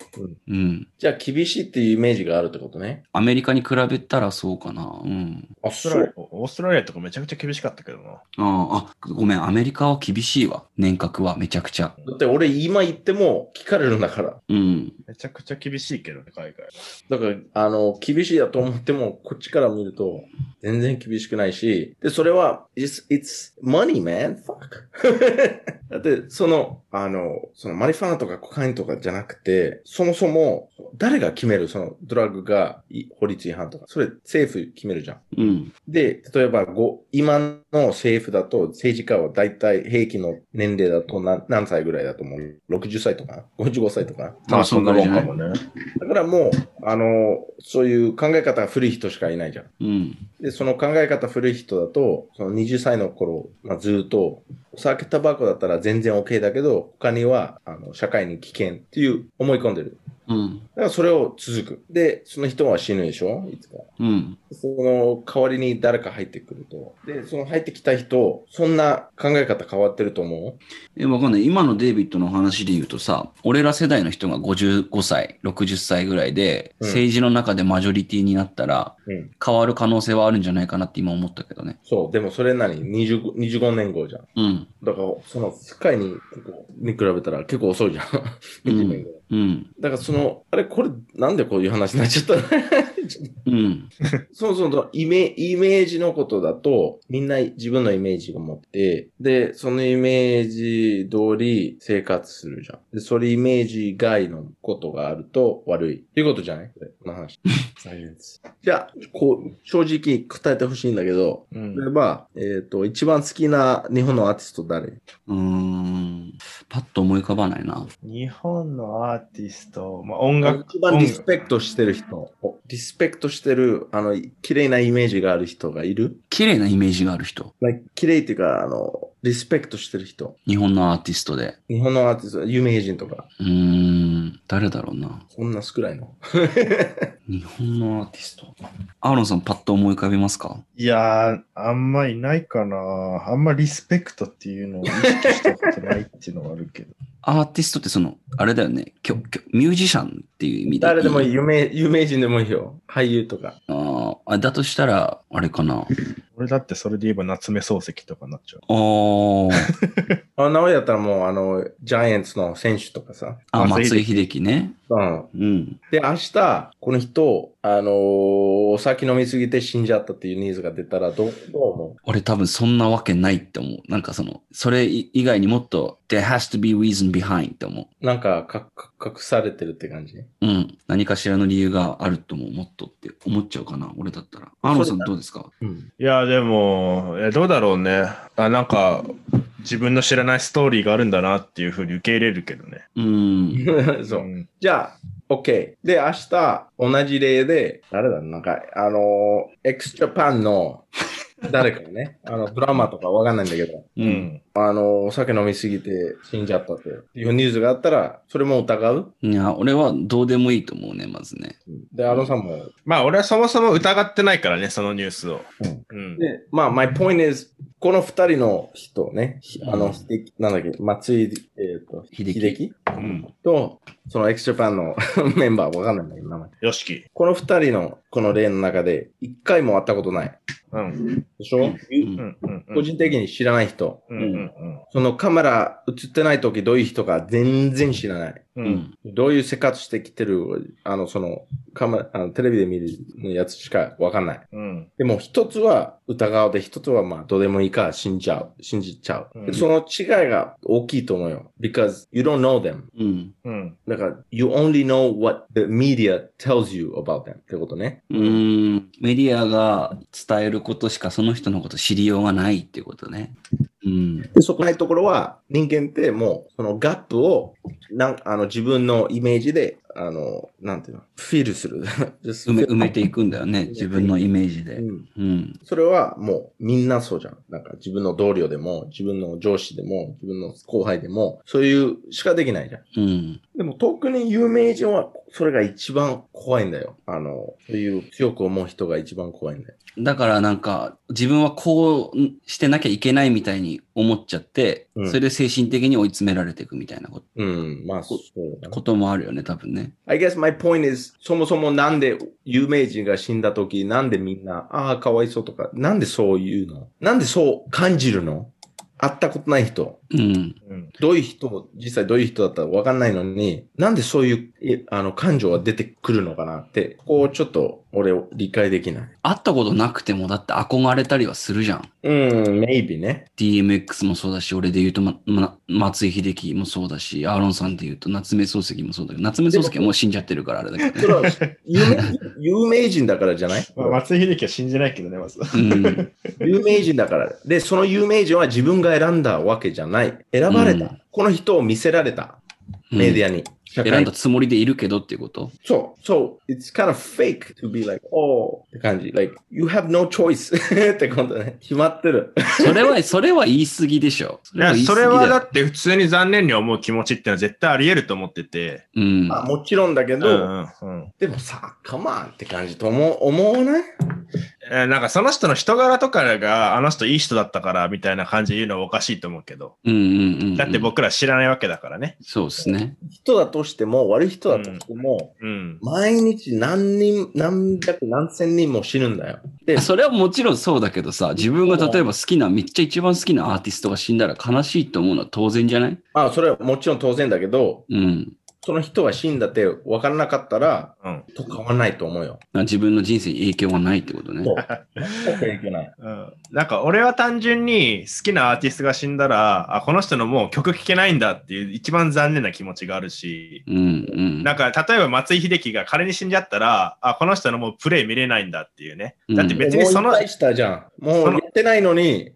うん。
じゃあ、厳しいっていうイメージがあるってことね。
アメリカに比べたらそうかな。うん。
あ、
オーストラリアオーストラリアとかめちゃくちゃ厳しかったけどな。
あーあ、ごめん、アメリカは厳しいわ。年格はめちゃくちゃ。
だって俺今言っても聞かれるんだから。
うん。
めちゃくちゃ厳しいけどね、海外。
だから、あの、厳しいだと思っても、こっちから見ると、全然厳しくないし、で、それは、it's, it's money, man. Fuck. だって、その、あの、そのマリファナとかコカインとかじゃなくて、そもそも、誰が決めるそのドラッグがい法律違反とか。それ、政府決めるじゃん。
うん。
で、例えば、ご今の政府だと、政治家は大体平均の年齢だと何何歳ぐらいだと思う ?60 歳とか ?55 歳とか
まあ、そんなもんかも。
もね。
だからもう、あの、そういう考え方が古い人しかいないじゃん。
うん。
で、その考え方古い人だと、その20歳の頃、まあ、ずっと、お酒、タバコだったら全然 OK だけど、他には、あの、社会に危険っていう思い込んでる。
うん。
だからそれを続く。で、その人は死ぬでしょいつか。
うん。
その代わりに誰か入ってくると。で、その入ってきた人、そんな考え方変わってると思
え、わかんない。今のデイビッドの話で言うとさ、俺ら世代の人が55歳、60歳ぐらいで、
うん
政治の中でマジョリティになったら、
ううん。
変わる可能性はあるんじゃないかなって今思ったけどね。
そう。でもそれなに 25, 25年後じゃん。
うん。
だから、その世界に、結構に比べたら結構遅いじゃん。20年 後。
うん。
だからその、あれ、これ、なんでこういう話になっちゃったの
うん。
そもそもイメ、イメージのことだと、みんな自分のイメージを持って、で、そのイメージ通り生活するじゃん。で、それイメージ外のことがあると悪い。っていうことじゃないこれ、この話。 サイエンス。じゃあ、こう、正直答えてほしいんだけど、
う
例
ん
え。ば、えっ、と、一番好きな日本のアーティスト誰
うーん。パッと思い浮かばないな。
日本のアーティスト、まあ音楽、
一番
音
リ
楽
スペクトしてる人。おリスペクトしてる、あの、綺麗なイメージがある人がいる
綺麗なイメージがある人。
まあ綺麗っていうか、あの、リスペクトしてる人。
日本のアーティストで。
日本のアーティスト、有名人とか、
うーん。誰だろうな。
そんな少ないの。
日本のアーティスト。アーロンさん、パッと思い浮かびますか
いやー、あんまいないかな。あんまリスペクトっていうのを意識したことないっていうのはあるけど。
アーティストってその、あれだよね。きょきょミュージシャンっていう意味で。
誰でも
い
有名、有名人でもいいよ。俳優とか。
あーあ、だとしたら、あれかな。
俺だってそれで言えば夏目漱石とかになっちゃう。
あー
あの名古屋だったらもう、あの、ジャイアンツの選手とかさ。
あ、松
松
井秀喜ね。
うん。
うん。
で、明日、この人、あのーお酒飲みすぎて死んじゃったっていうニュースが出たら、どうどう思
俺多分そんなわけないって思う。なんかその、それ以外にもっと、there has to be reason behind って思
うなんかか、か隠されてるって感じ
う。うん。何かしらの理由があるとも、もっとって思っちゃうかな、俺だったら。アーロンさんどうですか
うん。
いや、でも、えどうだろうね。あなんか、自分の知らないストーリーがあるんだなっていうふうに受け入れるけどね。
うん。
そうう。
ん
じゃあ、OK。で、明日、同じ例で、誰だろうなんか、あのー、エクスジャパ ンの、誰かね、あの、ドラマとかわかんないんだけど、
う。
うんん。
あのー、お酒飲みすぎて死んじゃったっていうニュースがあったら、それも疑う
いや、俺はどうでもいいと思うね、まずね。
で、アロンさんも、
まあ、俺はそもそも疑ってないからね、そのニュースを。うん。
で、まあ、my point is, この二人の人ね、ひあ
うん
の、秀樹なんだっけ、松井、えっ、と、
秀樹
秀樹
うん。
と、そのエクスジャパンの メンバー、わかんないんだけど、名前。
よしき。
この二人の、この例の中で、一回も会ったことない。
うん。
でしょ、
うん
うん。うん。
個人的に知らない人。
うん。うん。
そのカメラ映ってない時どういう人か全然知らない。
う。
うん
うん
ん。
どういう生活してきてる、あの、その、カメラ、あのテレビで見るやつしかわかんない。
うん。
でも一つは疑うで一つはまあどうでもいいから信じちゃう。信じちゃう。
うん
その違いが大きいと思うよ。because you don't know them.
うん。
うん。
だから you only know what the media tells you about them ってことね。
うん。メディアが伝えることしかその人のこと知りようがないっていうことね。うん。
でそこないところは人間ってもうそのガップをなんあの自分のイメージであの、なんていうの、フィールする。
埋
埋
め埋めていくんだよ ね、自分のイメージで。うん。
それはもうみんなそうじゃん。なんか自分の同僚でも、自分の上司でも、自分の後輩でも、そういうしかできないじゃん。
うん。
でも特に有名人はそれが一番怖いんだよ。あの、そういう強く思う人が一番怖いんだよ。
だからなんか自分はこうしてなきゃいけないみたいに思っちゃって、
うん
それで精神的に追い詰められていくみたいなこ
うん、まあそうだな。
こともあるよね、多分ね。
I guess my point is, そもそもなんで有名人が死んだ時、なんでみんな、ああ、かわいそうとか、なんでそう言うのなんでそう感じるの会ったことない人。
うん。
うん。
どういう人、実際どういう人だったらわかんないのに、なんでそういう、えあの、感情が出てくるのかなって、ここをちょっと俺理解できない。
会ったことなくてもだって憧れたりはするじゃん。
うん、maybe ね。
DMX もそうだし、俺で言うと、まま、松井秀喜もそうだし、アーロンさんで言うと夏目漱石もそうだけど、夏目漱石はもう死んじゃってるからあれだ けどね。
それは有名有名人だからじゃない
まあ、松井秀喜は信じないけどね、まず。
うん。
有名人だから。で、その有名人は自分が選んだわけじゃない。選ばれた。
うん
この人を見せられた。メディアに。社
うん
会
選ん
に
だつもりでいるけどっていうこと
そう、そう、it's kind of fake to be like, oh, って感じ。like, you have no choice ってことね。決まってる。
それは、それは言い過ぎでしょ。そ
いや、
言い過
そ
ぎだ
れ
よ
はだって普通に残念に思う気持ちってのは絶対あり得ると思ってて。
うん。
まあもちろんだけ
う
ど、
んうん。
でもさ、カマンって感じと思う、思わない
えーなんかその人の人柄とかが、あの人いい人だったからみたいな感じで言うのはおかしいと思うけど。
うんうんうんうん。
だって僕ら知らないわけだからね。
そうですね。
人だとしても、悪い人だとしても、
うん。
毎日何人、何百、何千人も死ぬんだよ。で、
それはもちろんそうだけどさ、自分が例えば好きな、めっちゃ一番好きなアーティストが死んだら悲しいと思うのは当然じゃない
まあ、それはもちろん当然だけど、
うん。
その人が死んだって分からなかったら、
うん。
と変わらないと思 うよ。
自分の人生に影響はないってことね。
そう。影響ない。
うんなんか俺は単純に好きなアーティストが死んだら、あ、この人のもう曲聴けないんだっていう一番残念な気持ちがあるし、
うんうん。
なんか例えば松井秀喜が彼に死んじゃったら、あ、この人のもうプレイ見れないんだっていうね。だって別にその
もう引退したじゃん。もう
そ
や
の
ってないのに、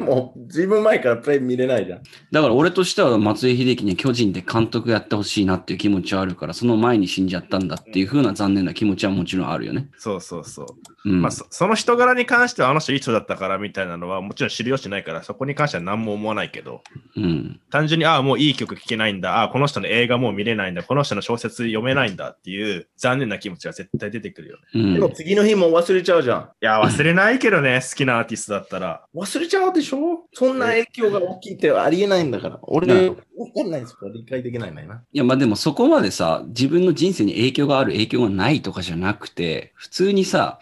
もうずいぶん前からプレイ見れないじゃん。
だから俺としては松井秀喜に巨人で監督やってほしいなっていう気持ちはあるから、その前に死んじゃったんだっていう風な残念な気持ちはもちろんあるよね。
そうそうそう。
うん。
まあ、そその人柄に関してはあの人いい人だったからみたいなのはもちろん知る由ないからそこに関しては何も思わないけど
うん。
単純にああもういい曲聴けないんだああこの人の映画もう見れないんだこの人の小説読めないんだっていう残念な気持ちは絶対出てくるよね
う
でも
ん。
次の日も忘れちゃうじゃん。
いや忘れないけどね 好きなアーティストだったら
忘れちゃうでしょそんな影響が大きいってありえないんだから。俺
なる
もわかんないんですよ。理解できないんだよな。
いや、まあでもそこまでさ、自分の人生に影響がある、影響がないとかじゃなくて、普通にさ、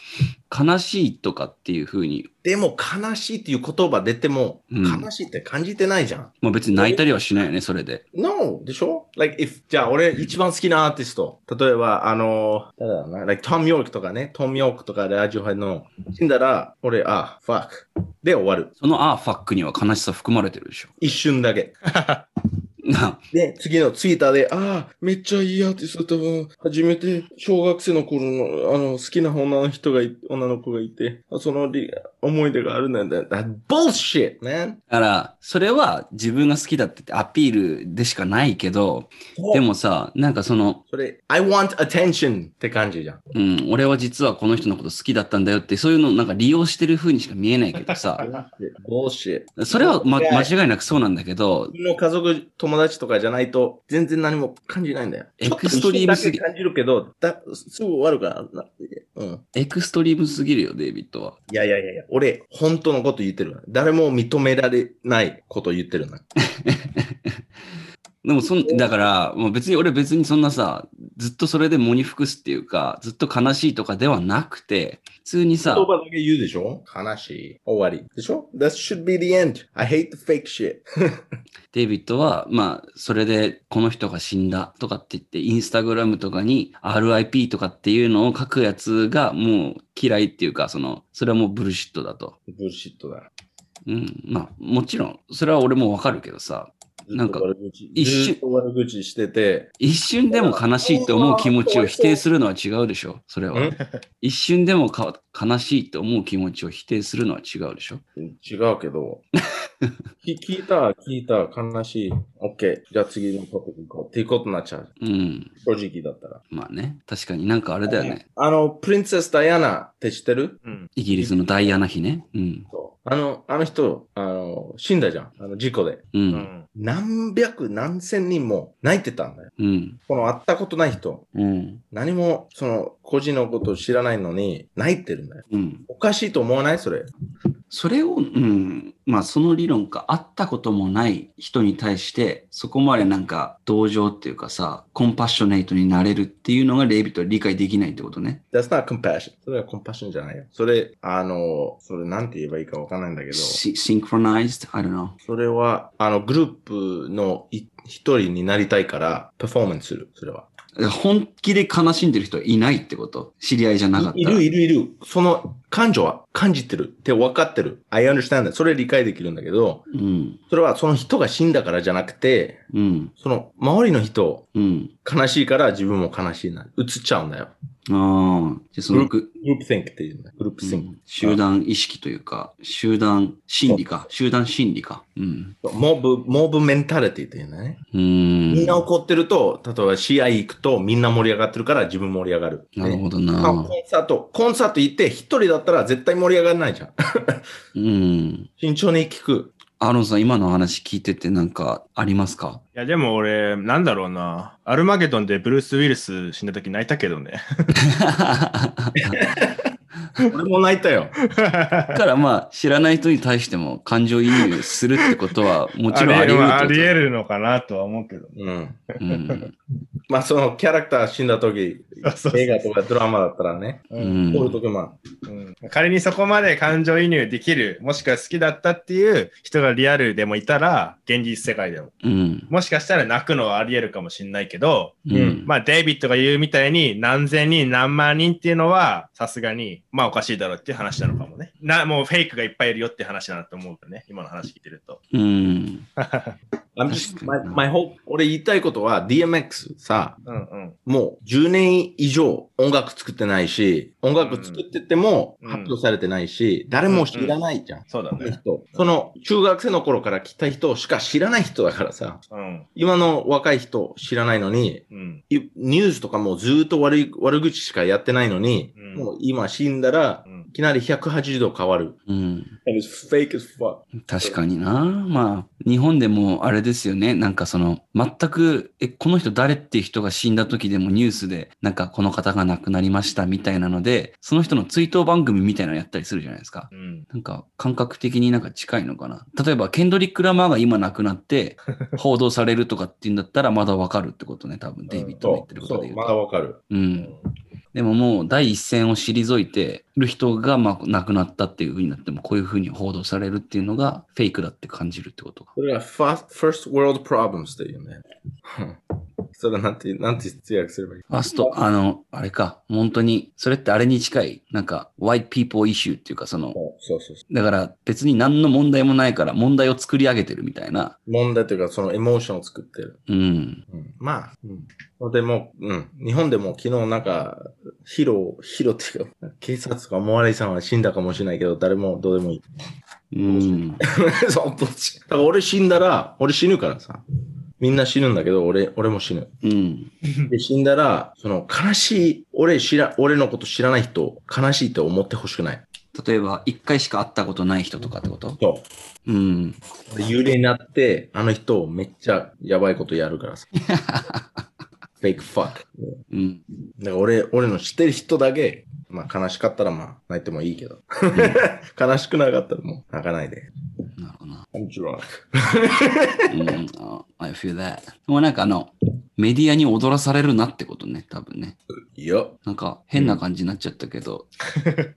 悲しいとかっていう風に、
でも、悲しいっていう言葉出ても、
うん
悲しいって感じてないじゃん。
まあ別に泣いたりはしないよね、それで。
No! でしょ ?like, if, じゃあ、俺、一番好きなアーティスト。例えば、あのー、誰だろうな、like, トム・ヨークとかね、トム・ヨークとかラジオ派の、死んだら、俺、あ、fuck。で、終わる。
そのああ、ファックには悲しさ含まれてるでしょ。
一瞬だけ。
な
で、次のツイッターで、ああ、めっちゃいいアーティストだわ。初めて、小学生の頃の、あの、好きな女の人がい、女の子がいて、そのり思い出があるなんだ。That bullshit, man!
だから、それは自分が好きだってアピールでしかないけど、でもさ、なんかその、
それ、I want attention って感じじゃん。
うん、俺は実はこの人のこと好きだったんだよって、そういうのをなんか利用してる風にしか見えないけどさ、
bullshit。
それは、ま、
いや
間違いなくそうなんだけど、
自分の家族、友達とかじゃないと、全然何も感じないんだよ。
エクストリームすぎ
ちょっと一瞬だけ感じるけど、だすぐ終わるからな。うん。
エクストリームすぎるよ、デイビッドは。
いやいやいやいや、俺、本当のこと言ってる。誰も認められないこと言ってるな。
でもそん、だから、もう別に俺別にそんなさ、ずっとそれで喪に服すっていうか、ずっと悲しいとかではなくて、普通にさ
言、葉だけ言うでしょ悲しい。終わり。でしょ ?That should be the end. I hate the fake shit.
デイビッドは、まあ、それでこの人が死んだとかって言って、インスタグラムとかに RIP とかっていうのを書くやつがもう嫌いっていうか、その、それはもうブルシットだと。
ブルシットだ。
うん、まあ、もちろん、それは俺もわかるけどさ、なんか
ずっと悪口
一瞬
ずっと悪口してて、
一瞬でも悲しいと思う気持ちを否定するのは違うでしょ、それは
ん。
一瞬でもか悲しいと思う気持ちを否定するのは違うでしょ。
違うけ ど。き聞いた、聞いた、悲しい。OK。じゃあ次のトピック行こう。っていうことになっちゃう。
うん、
正直だったら。
まあね、確かになんかあれだよね。
あの、プリンセス・ダイアナって知ってる
うん。
イギリスのダイアナ妃ね。うん、
あの、あの人、あの、死んだじゃん。あの、事故で。
う、
うんん。
何百何千人も泣いてたんだよ。
うん、
この会ったことない人。
うん、
何も、その、個人のことを知らないのに、泣いてるんだよ。
うん。
おかしいと思わないそれ。
それを、うん、まあその理論か、会ったこともない人に対して、そこまでなんか同情っていうかさ、コンパッショネイトになれるっていうのがレイビットは理解できないってことね。
That's not compassion. それは compassion じゃないよ。それ、あの、それなんて言えばいいかわかんないんだけど、そ
シシンクロナイズ I don't know。
れは、あの、グループのい一人になりたいから、パフォーマンスする。それは。
本気で悲しんでる人はいないってこと知り合いじゃなかった
いい
ら
るいるいる。その感情は感じてるって分かってる。I understand that. それ理解できるんだけど、
うん、
それはその人が死んだからじゃなくて、
うん、
その周りの人、
うん。
悲しいから自分も悲しいな。映っちゃうんだよ。
ああ、じゃあそのグ、
グループ think っていうんだよ。グループ
う
think。
ん集団意識というか、集団心理か、集団心理か。うん。
モブ、モブメンタリティっていうんだね。
う
み
ん
ん。な怒ってると、例えば試合行くとみんな盛り上がってるから自分盛り上がる。
なるほど
ねあ
な。
コンサート、コンサート行って一人だったら絶対盛り上がらないじゃん。
うん。
慎重に聞く。
アーロンさん、今の話聞いててなんかありますか
いや、でも俺、なんだろうな。アルマゲドンでブルース・ウィルス死んだ時泣いたけどね。
俺も泣いたよ。
だからまあ、知らない人に対しても感情移入するってことは、もちろんあ
あ
り
り
得る
あ
ってこ
り
と
得るのかなとは思うけどね。
うん。
うん。
まあそのキャラクター死んだ時、
そうそうそう
映画とかドラマだったらね、
う
うん
ポール
ん。
とかま
うん仮にそこまで感情移入できる、もしくは好きだったっていう人がリアルでもいたら、現実世界でも。
うん。
もしかしたら泣くのはあり得るかもしれないけど、
うん。
まあ、デイビッドが言うみたいに何千人何万人っていうのは、さすがに、まあおかしいだろうっていう話なのかもね。な、もうフェイクがいっぱいいるよって話だなと思うけどね。今の話聞いてると。
うん。
あ、I'm just,
確
my,
かに
my hope. 俺言いたいことは DMX さ、
うんうん。
もう10年以上音楽作ってないし、音楽作ってても
うん
発表されてないし、誰も知らないじゃん。
そうだね。
人その中学生の頃から来た人しか知らない人だからさ、
うん。
今の若い人知らないのに、
うん。
いニュースとかもずっと悪い悪口しかやってないのに、
うん
もう今死んだら
うん
いきなり180度変わる。
うん。
And it's fake as fuck.
確かにな。まあ、日本でもあれですよね。なんかその、全く、え、この人誰っていう人が死んだ時でもニュースで、なんかこの方が亡くなりましたみたいなので、その人の追悼番組みたいなのやったりするじゃないですか。
うん。
なんか感覚的になんか近いのかな。例えば、ケンドリック・ラマーが今亡くな って、報道されるとかっていうんだったら、まだわかるってことね、多分、デイビッドの言ってるこ
そ
と
う
で
そ
言
う、
う
ま
と。
だわかる。
うん。でももう第一線を退いてる人がまあ亡くなったっていう風になってもこういう風に報道されるっていうのがフェイクだって感じるってことか。
それが first, first world problems っていうね。 それなんて、なんて通訳すればいい
ファースト、あの、あれか、本当に、それってあれに近い、なんか、white people issue っていうか、その、
そうそうそ
だから別に何の問題もないから問題を作り上げてるみたいな。
う。問題というか、そのエモーションを作ってる。
うん。
うんまあ、うん、でも、うん、日本でも昨日なんか、ヒ ロ、ヒロっていうか、警察とかモアレイさんは死んだかもしれないけど、誰もどうでもいい。
うん。
そう、どっちだから俺死んだら、俺死ぬからさ。みんな死ぬんだけど、俺、俺も死ぬ。
うん。
で、死んだら、その、悲しい、俺知ら、俺のこと知らない人、悲しいと思ってほしくない。
例えば、一回しか会ったことない人とかってこと
そ
うん。
う。で幽霊になって、あの人、めっちゃやばいことやる からさ。フェイクファック。
うん。
だから俺、俺の知ってる人だけ、まあ悲しかったらまあ泣いてもいいけど。 悲しくなかったらもう泣かないで。
なるほどな。
I'm drunk.
うん。あ I feel that. もうなんかあの、メディアに踊らされるなってことね、多分ね。
Yup.
なんか変な感じになっちゃったけど。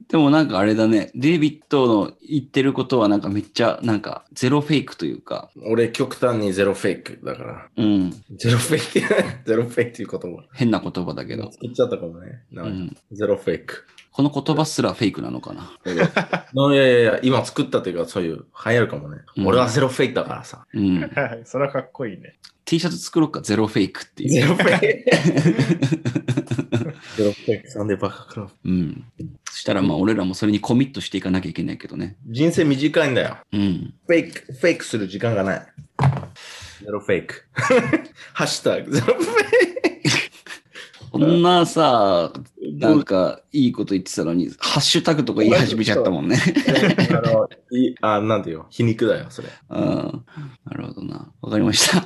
でもなんか あれだね、デイビッドの言ってることはなんかめっちゃなんかゼロフェイクというか、
俺極端にゼロフェイクだから。
うん、
ゼロフェイク。 ゼロフェイクっていう言葉。
変な言葉だけど、
作っちゃったかもね。な
うん
か
ん、
ゼロフェイク。
この言葉すらフェイクなのかな。
いやいやいや、今作ったというかそういう、流行るかもね。
うん
俺はゼロフェイクだからさ。
うん、
それはかっこいいね。
T シャツ作ろうか、ゼロフェイクってい
ゼ
う。
ロフェイク。 ゼロフェイク。サンデーバカクラブ。
うん、そしたらまあ俺らもそれにコミットしていかなきゃいけないけどね。
人生短いんだよ。
うん、
フェイク、フェイクする時間がない。ゼロフェイク。 ハッシュタグ、ゼロフェイ
こんなさ、なんかいいこと言ってたのに、ハッシュタグとか言い始めちゃったもんね。
ク。あの、いあ、なんていうの皮肉だよ、それ。
うん、なるほどな。わかりました。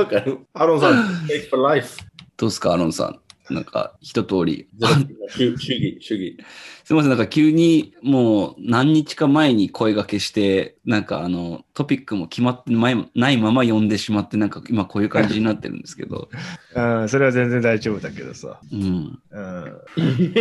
わかるアロンさん、フェイク for life。
どうすか、アロンさん。なんか、一通り。
ゼロフェイク主主義、主義。
すみません、なんか急にもう何日か前に声がけして、なんかあの、トピックも決まってないないまま呼んでしまって、なんか今こういう感じになってるんですけど。
うん、それは全然大丈夫だけどさ。
うん。
うん。い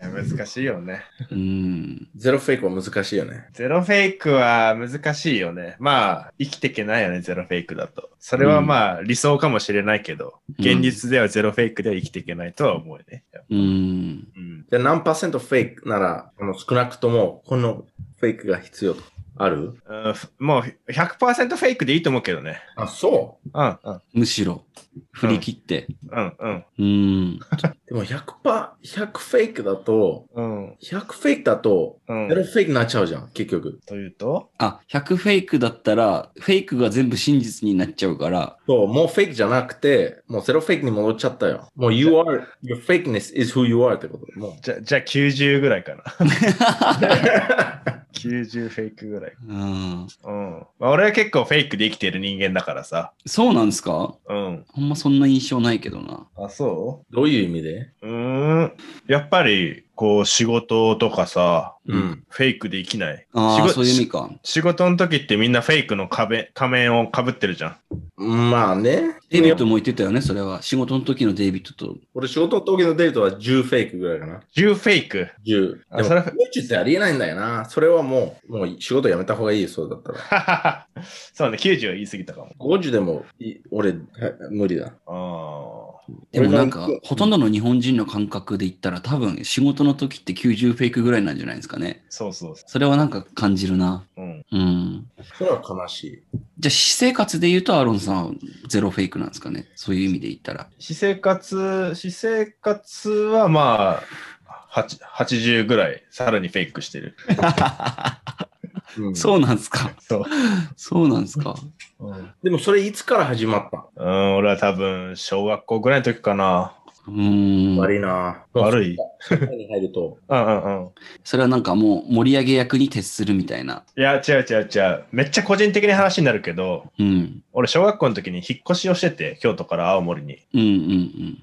や、難しいよね。
うん。
ゼロフェイクは難しいよね。
ゼロフェイクは難しいよね。まあ、生きていけないよね、ゼロフェイクだと。それはまあ、理想かもしれないけど、
うん
現実ではゼロフェイクでは生きていけないとは思うね。
うん。
うん。
じゃあ何パーセントフェイクなら、あの少なくとも、このフェイクが必要とある
うん、もう100%フェイクでいいと思うけどね。
あ、そ
うん、うん、
むしろ、振り切って。
うん、うん。
うん。
う。でも100パー、100フェイクだと、
うん、
100フェイクだと、
う
ゼロ
ん。
フェイクになっちゃうじゃん、結局。
というと
あ、100フェイクだったら、フェイクが全部真実になっちゃうから、
そう、もうフェイクじゃなくて、もうゼロフェイクに戻っちゃったよ。もう you are, your fakeness is who you are ってこと。もう。
じゃ、じゃあ90ぐらいかな。90フェイクぐらい。
うん。
うん。まあ、俺は結構フェイクで生きてる人間だからさ。
そうなんですか
うん。
あんまそんな印象ないけどな。
あ、そ
どういう意味で
ううーん。やっぱり、こう、仕事とかさ、
うん。
フェイクで生きない。仕
ああ、
事
そういう意味か。
仕事の時ってみんなフェイクの壁仮面をかぶってるじゃん。
まあね。
デイビッドも言ってたよね、それは。仕事の時のデイビッドと。
俺仕事の時のデートは10フェイクぐらいかな。
10フェイク。
10。
あ
でも、
それ
10ってありえないんだよな。それはもう、もう仕事辞めた方がいいよ、そうだったら。
そうね、90は言い過ぎたかも。
50でもいい、俺、はい無理だ。
ああ。
でもなんか
俺が、
ほとんどの日本人の感覚で言ったら、多分仕事の時って90フェイクぐらいなんじゃないですかね。
そうそうそ
それはなんか感じるな。
う。うん。
うん。
それは悲しい。
じゃあ、私生活で言うと、アーロンさんはゼロフェイクなんですかね。そういう意味で言ったら。
私生活、私生活はまあ、8 80ぐらい、さらにフェイクしてる。
うん
そうなんですか。
そう。
そうなんですか。
うん、
でもそれいつから始まった
俺は多分、小学校ぐらいの時かな。
うーん。
悪いな
悪い。
社会に入ると。
うんうんうん。
それはなんかもう盛り上げ役に徹するみたいな。
いや、違う違う違う。めっちゃ個人的な話になるけど、
うん。
俺、小学校の時に引っ越しをしてて、京都から青森に。
うんうんうん。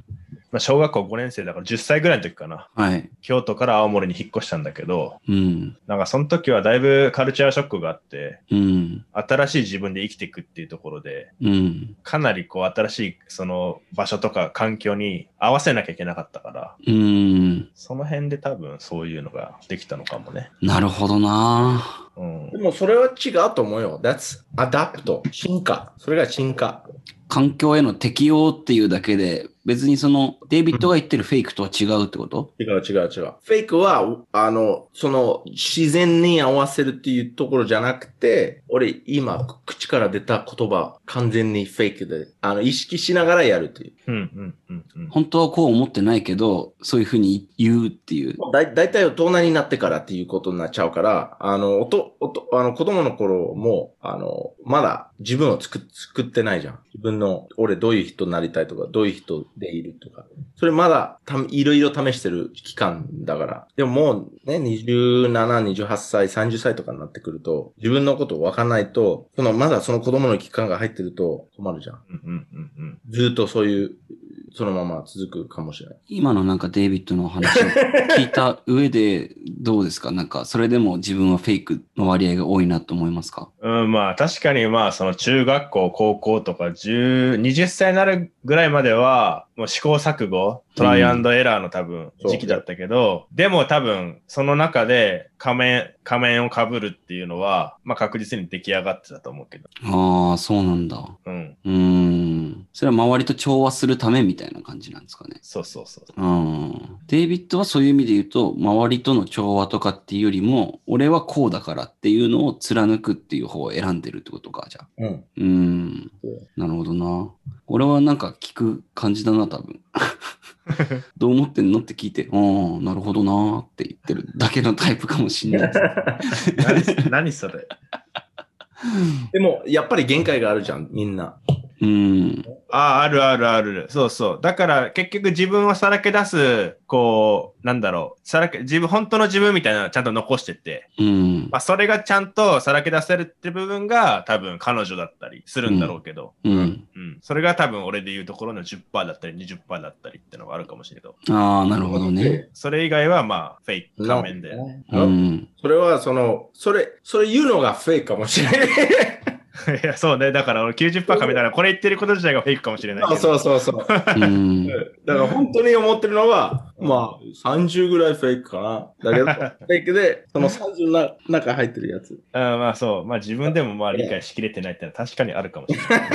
まあ、小学校5年生だから10歳ぐらいの時かな。
はい。
京都から青森に引っ越したんだけど、
うん。
なんかその時はだいぶカルチャーショックがあって、
うん。
新しい自分で生きていくっていうところで、
うん。
かなりこう新しいその場所とか環境に合わせなきゃいけなかったから、
うん。
その辺で多分そういうのができたのかもね。
なるほどな
うん
で。もそれは違うと思うよ。That's adapt. 進化。それが進化。
環境への適応っていうだけで、別にその、デイビッドが言ってるフェイクとは違うってこと
違う違う違う。フェイクは、あの、その、自然に合わせるっていうところじゃなくて、俺今、口から出た言葉、完全にフェイクで、あの、意識しながらやるっていう。
うんうんうんうん。
本当はこう思ってないけど、そういうふうに言うっていう。
だい、大体大人になってからっていうことになっちゃうから、あの、おと、おと、あの、子供の頃も、あの、まだ自分を作っ、作ってないじゃん。自分の、俺どういう人になりたいとか、どういう人でいるとか。それまだ、たいろいろ試してる期間だから。でももうね、27、28歳、30歳とかになってくると、自分のこと分かんないと、その、まだその子供の期間が入ってると困るじゃん。
うんうんうんうん。
ずっとそういう、そのまま続くかもしれない。
今のなんかデイビッドのお話を聞いた上で、どうですかなんか、それでも自分はフェイクの割合が多いなと思いますか
うん、まあ確かにまあその中学校、高校とか10、20歳になるぐらいまではもう試行錯誤、トライアンドエラーの多分
うん
時期だったけど、でも多分その中で仮面、仮面を被るっていうのはまあ確実に出来上がってたと思うけど。
ああ、そうなんだ。
うん、
うーん。それは周りと調和するためみたいな感じなんですかね。
そうそうそう。
うん。デイビッドはそういう意味で言うと、周りとの調和とかっていうよりも、俺はこうだからっていうのを貫くっていう方を選んでるってことか、じゃあ。
うん。
うーん。なるほどな。俺はなんか聞く感じだな、多 分。どう思ってんのって聞いて、うん、なるほどなって言ってるだけのタイプかもしんない。
何何それ
でも、やっぱり限界があるじゃん、みんな。
うん。
ああ、あるあるある。そうそう。だから結局自分をさらけ出す、こう、なんだろう。さらけ、自分、本当の自分みたいなのをちゃんと残してって。
うん。
まあそれがちゃんとさらけ出せるって部分が多分彼女だったりするんだろうけど。
うん。
うん。それが多分俺で言うところの10%だったり20%だったりってのがあるかもしれないけど。
ああ、なるほどね。
それ以外はまあ、フェイク、仮面で。
う
うん
ん。
それは、その、それ、それ言うのがフェイクかもしれない。
いや、そうね。だから俺90%仮面だから、これ言ってること自体がフェイクかもしれないけ
そう
ど。
そうそうそう。だか
うん。
ら本当に思ってるのは、まあ、30ぐらいフェイクかな。 だけど、フェイクで、その30の中入ってるやつ。
うん、まあそう。まあ自分でもまあ理解しきれてないってのは確かにあるかもしれない。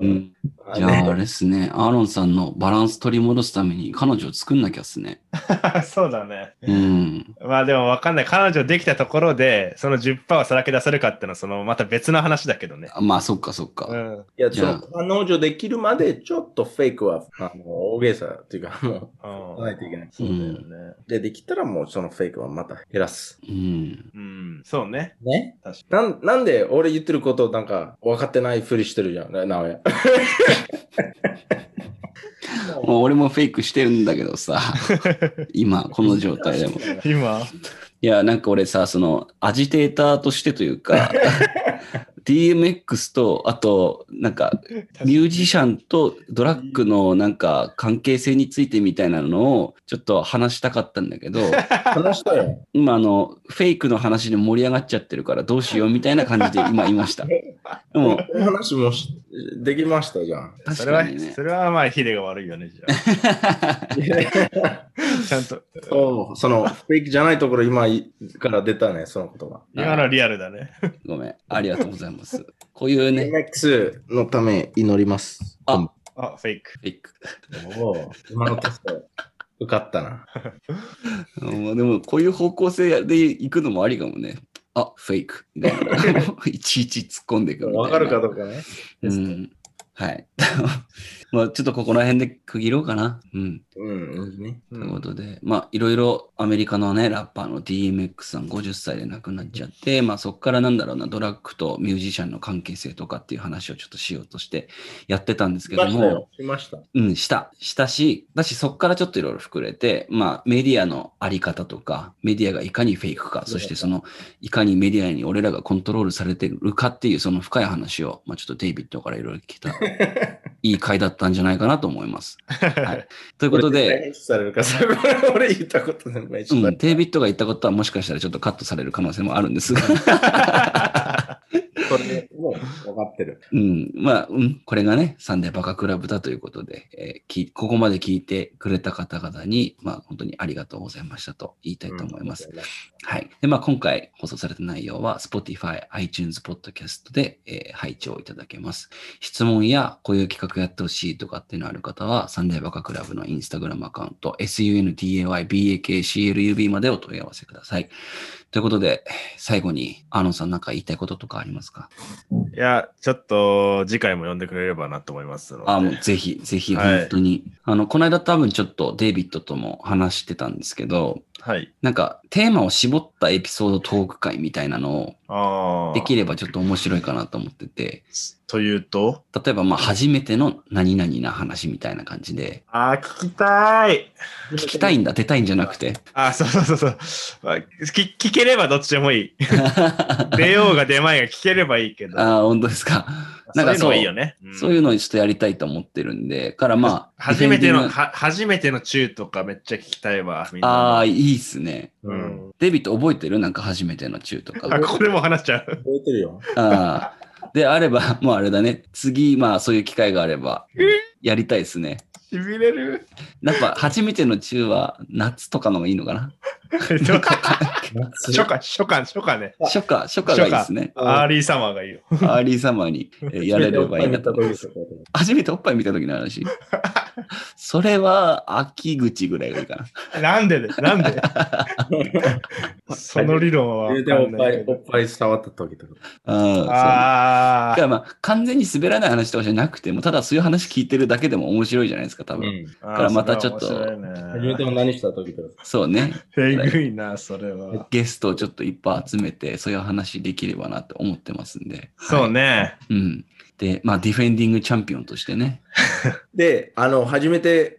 うんじゃ あ、あれですね、アーロンさんのバランス取り戻すために彼女を作んなきゃっすね。
そうだね。
うん。
まあでも分かんない。彼女できたところで、その10%をさらけ出せるかっていうのは、そのまた別の話だけどね。
あまあ、そっかそっか。
うん。
いや、
じ
そ
ゃあ
の、彼女できるまで、ちょっとフェイクは、あの、大げさっていうか、もう、
う
ない
ん。
といけない。
そうだよね。
で、できたらもう、そのフェイクはまた減らす。
うん。
うん。そうね。
ね
確かに。
なん、なんで俺言ってることなんか分かってないふりしてるじゃん、ななおや。
もう俺もフェイクしてるんだけど さ、今、この状態でも。
今
いや、なんか俺さ、その、アジテーターとしてという か、DMX と、あと、なんか、ミュージシャンとドラッグのなんか関係性についてみたいなのをちょっと話したかったんだけ ど、
話したよ。
今あの、フェイクの話で盛り上がっちゃってるからどうしようみたいな感じで今いま した。でも、
この話もしできましたじゃん。
確
それ
か
は、
にね
そ。れはまあ、ヒデが悪いよね、じゃ あ。ちゃんと、
そう、その、フェイクじゃないところ今から出たね、そのことが。
今のリアルだね。
ごめん。ありがとうございます。こういうね、
MX のため祈ります。
あ
あ、フェイク。
フェイク。
おう今のテスト、受かったな。
うんでも、こういう方向性で行くのもありかもね。 あ、フェイク。みたいないちいち突っ込んでいくみたいな。
わかるかどうかね。
うん。はい。 まあちょっとここら辺で区切ろうかな。うん。
うん、ね。
ということで、まあいろいろアメリカのね、ラッパーの DMX さん50歳で亡くなっちゃって、まあそこからなんだろうな、ドラッグとミュージシャンの関係性とかっていう話をちょっとしようとしてやってたんです
し
けど
ました
も
よ。、しました。
うん、した。したし、だし、そこからちょっといろいろ膨れて、まあ、メディアのあり方とか、メディアがいかにフェイクか、そしてその、いかにメディアに俺らがコントロールされてるかっていう、その深い話を、まあ、ちょっとデイビッドからいろいろ聞けた、い い回だったんじゃないかなと思います。はい、ということで、
返事されるか、それ俺言ったことない。
う
うん
ん、デイビッドが言ったことはもしかしたらちょっとカットされる可能性もあるんですが、
これ、もう分かってる。
うん、まあ、うん、これがね、サンデーバカクラブだということで、えーき、ここまで聞いてくれた方々に、まあ、本当にありがとうございましたと言いたいと思います。はい。で、まあ、今回放送された内容は、Spotify、iTunes、Podcast で、えー配置をいただけます。質問や、こういう企画やってほしいとかっていうのある方は、サンデーバカクラブのインスタグラムアカウント、sundaybakclub までお問い合わせください。ということで、最後に、アーノンさんなんか言いたいこととかありますか
いや、ちょっと次回も呼んでくれればなと思いますので。
あもうぜひ、ぜひ、
はい
本当に。あの、この間多分ちょっとデイビッドとも話してたんですけど、
はい。
なんかテーマを絞ったエピソードトーク会みたいなの
あ
を
あ。
できればちょっと面白いかなと思ってて、
というと
例えばまあ初めての何々な話みたいな感じで、
ああ、聞きたい。
聞きたいんだ、出たいんじゃなくて。
あーそうそうそうそう、まあ聞。聞ければどっちでも いい。出ようが出まいが聞ければいいけど。
ああ、本当ですか。
そ
そう
ういうのがいいよね。ん
そういうのをちょっとやりたいと思ってるんで、からまあ、
初めての、
ディフェンディング
は初めてのチューとかめっちゃ聞きたいわ。みん
あ
な
あ、
の
いいっすね。
う。
うんん。
デイビッド覚えてるなんか初めての中とか。
あ、これも話しちゃう。
覚えてるよ。
ああ。であれば、 もうあれだね。次、まあそういう機会があれば、やりたいですね。
しびれる。
やっぱ、初めての中は夏とかの方がいいのかな
えっと
夏
初夏、初夏、初夏ね。
初夏、初夏がいいですね。
アーリーサマーがいいよ。
アーリーサマーにえーやれればいいな と思います。
う
初めておっぱい見た時の話。それは、秋口ぐらいがいいかな。
なんででなんでその理論はわ
ん。で、お
か
っ
ん
ぱ
ない
い、おっぱい触った時とか。
ああ。だか
あー
らまあ、完全に滑らない話とかじゃなくても、ただそういう話聞いてるだけでも面白いじゃないですか、多分。
あー。
からまたちょっと
それは面
初
白
め
い
て
ね
も何した時とか。
そうね。
えぐいな、それは。
ゲストをちょっといっぱい集めて、そういう話できればなって思ってますんで。
そうね。
うん。で、まあ、ディフェンディングチャンピオンとしてね。
で、あの、初めて、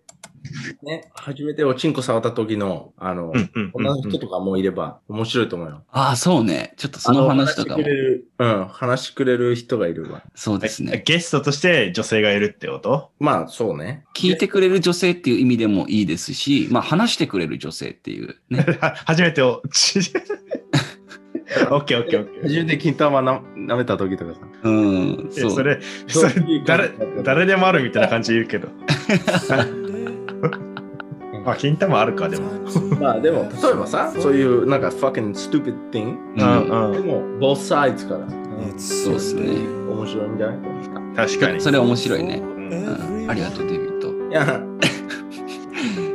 ね、初めておちんこ触った時の、あの、
うんうんうん
女の人とかもいれば面白いと思うよ。
ああ、そうね。ちょっとその話とかも
あの話してく。れる、うん、話してくれる人がいれば。
そうですね。
ゲストとして女性がいるってこと
まあ、そうね。
聞いてくれる女性っていう意味でもいいですし、まあ、話してくれる女性っていうね。
は初めてを。ち オッケーオッケーオッケー。
初めて金玉な舐めた時とかさ。
うん。
いや
そ。
そうれ、
そ
そ
うい
れ
う感
誰
じ
誰でもあるみたいな感じ言うけど。
うん
あ、 金玉あるか、でも。
まあ、でも、例えばさ、そういう、なんか、fucking stupid thing。
う
うん
ん
で
うん。
も、both sides から、
そうですね。
面白いんじゃない
確かに。
それ面白いね。
うん
うん。ありがとう、デビット。
いや、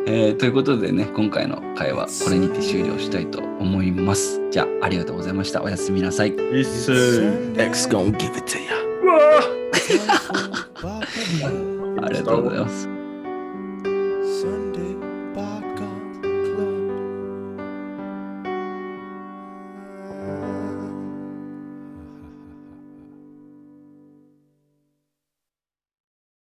えーということでね、今回の会話、これにて終了したいと思います。じゃあ、ありがとうございました。おやすみなさい。
いいっす。
X gonna give it to ya.
ありがとうございます。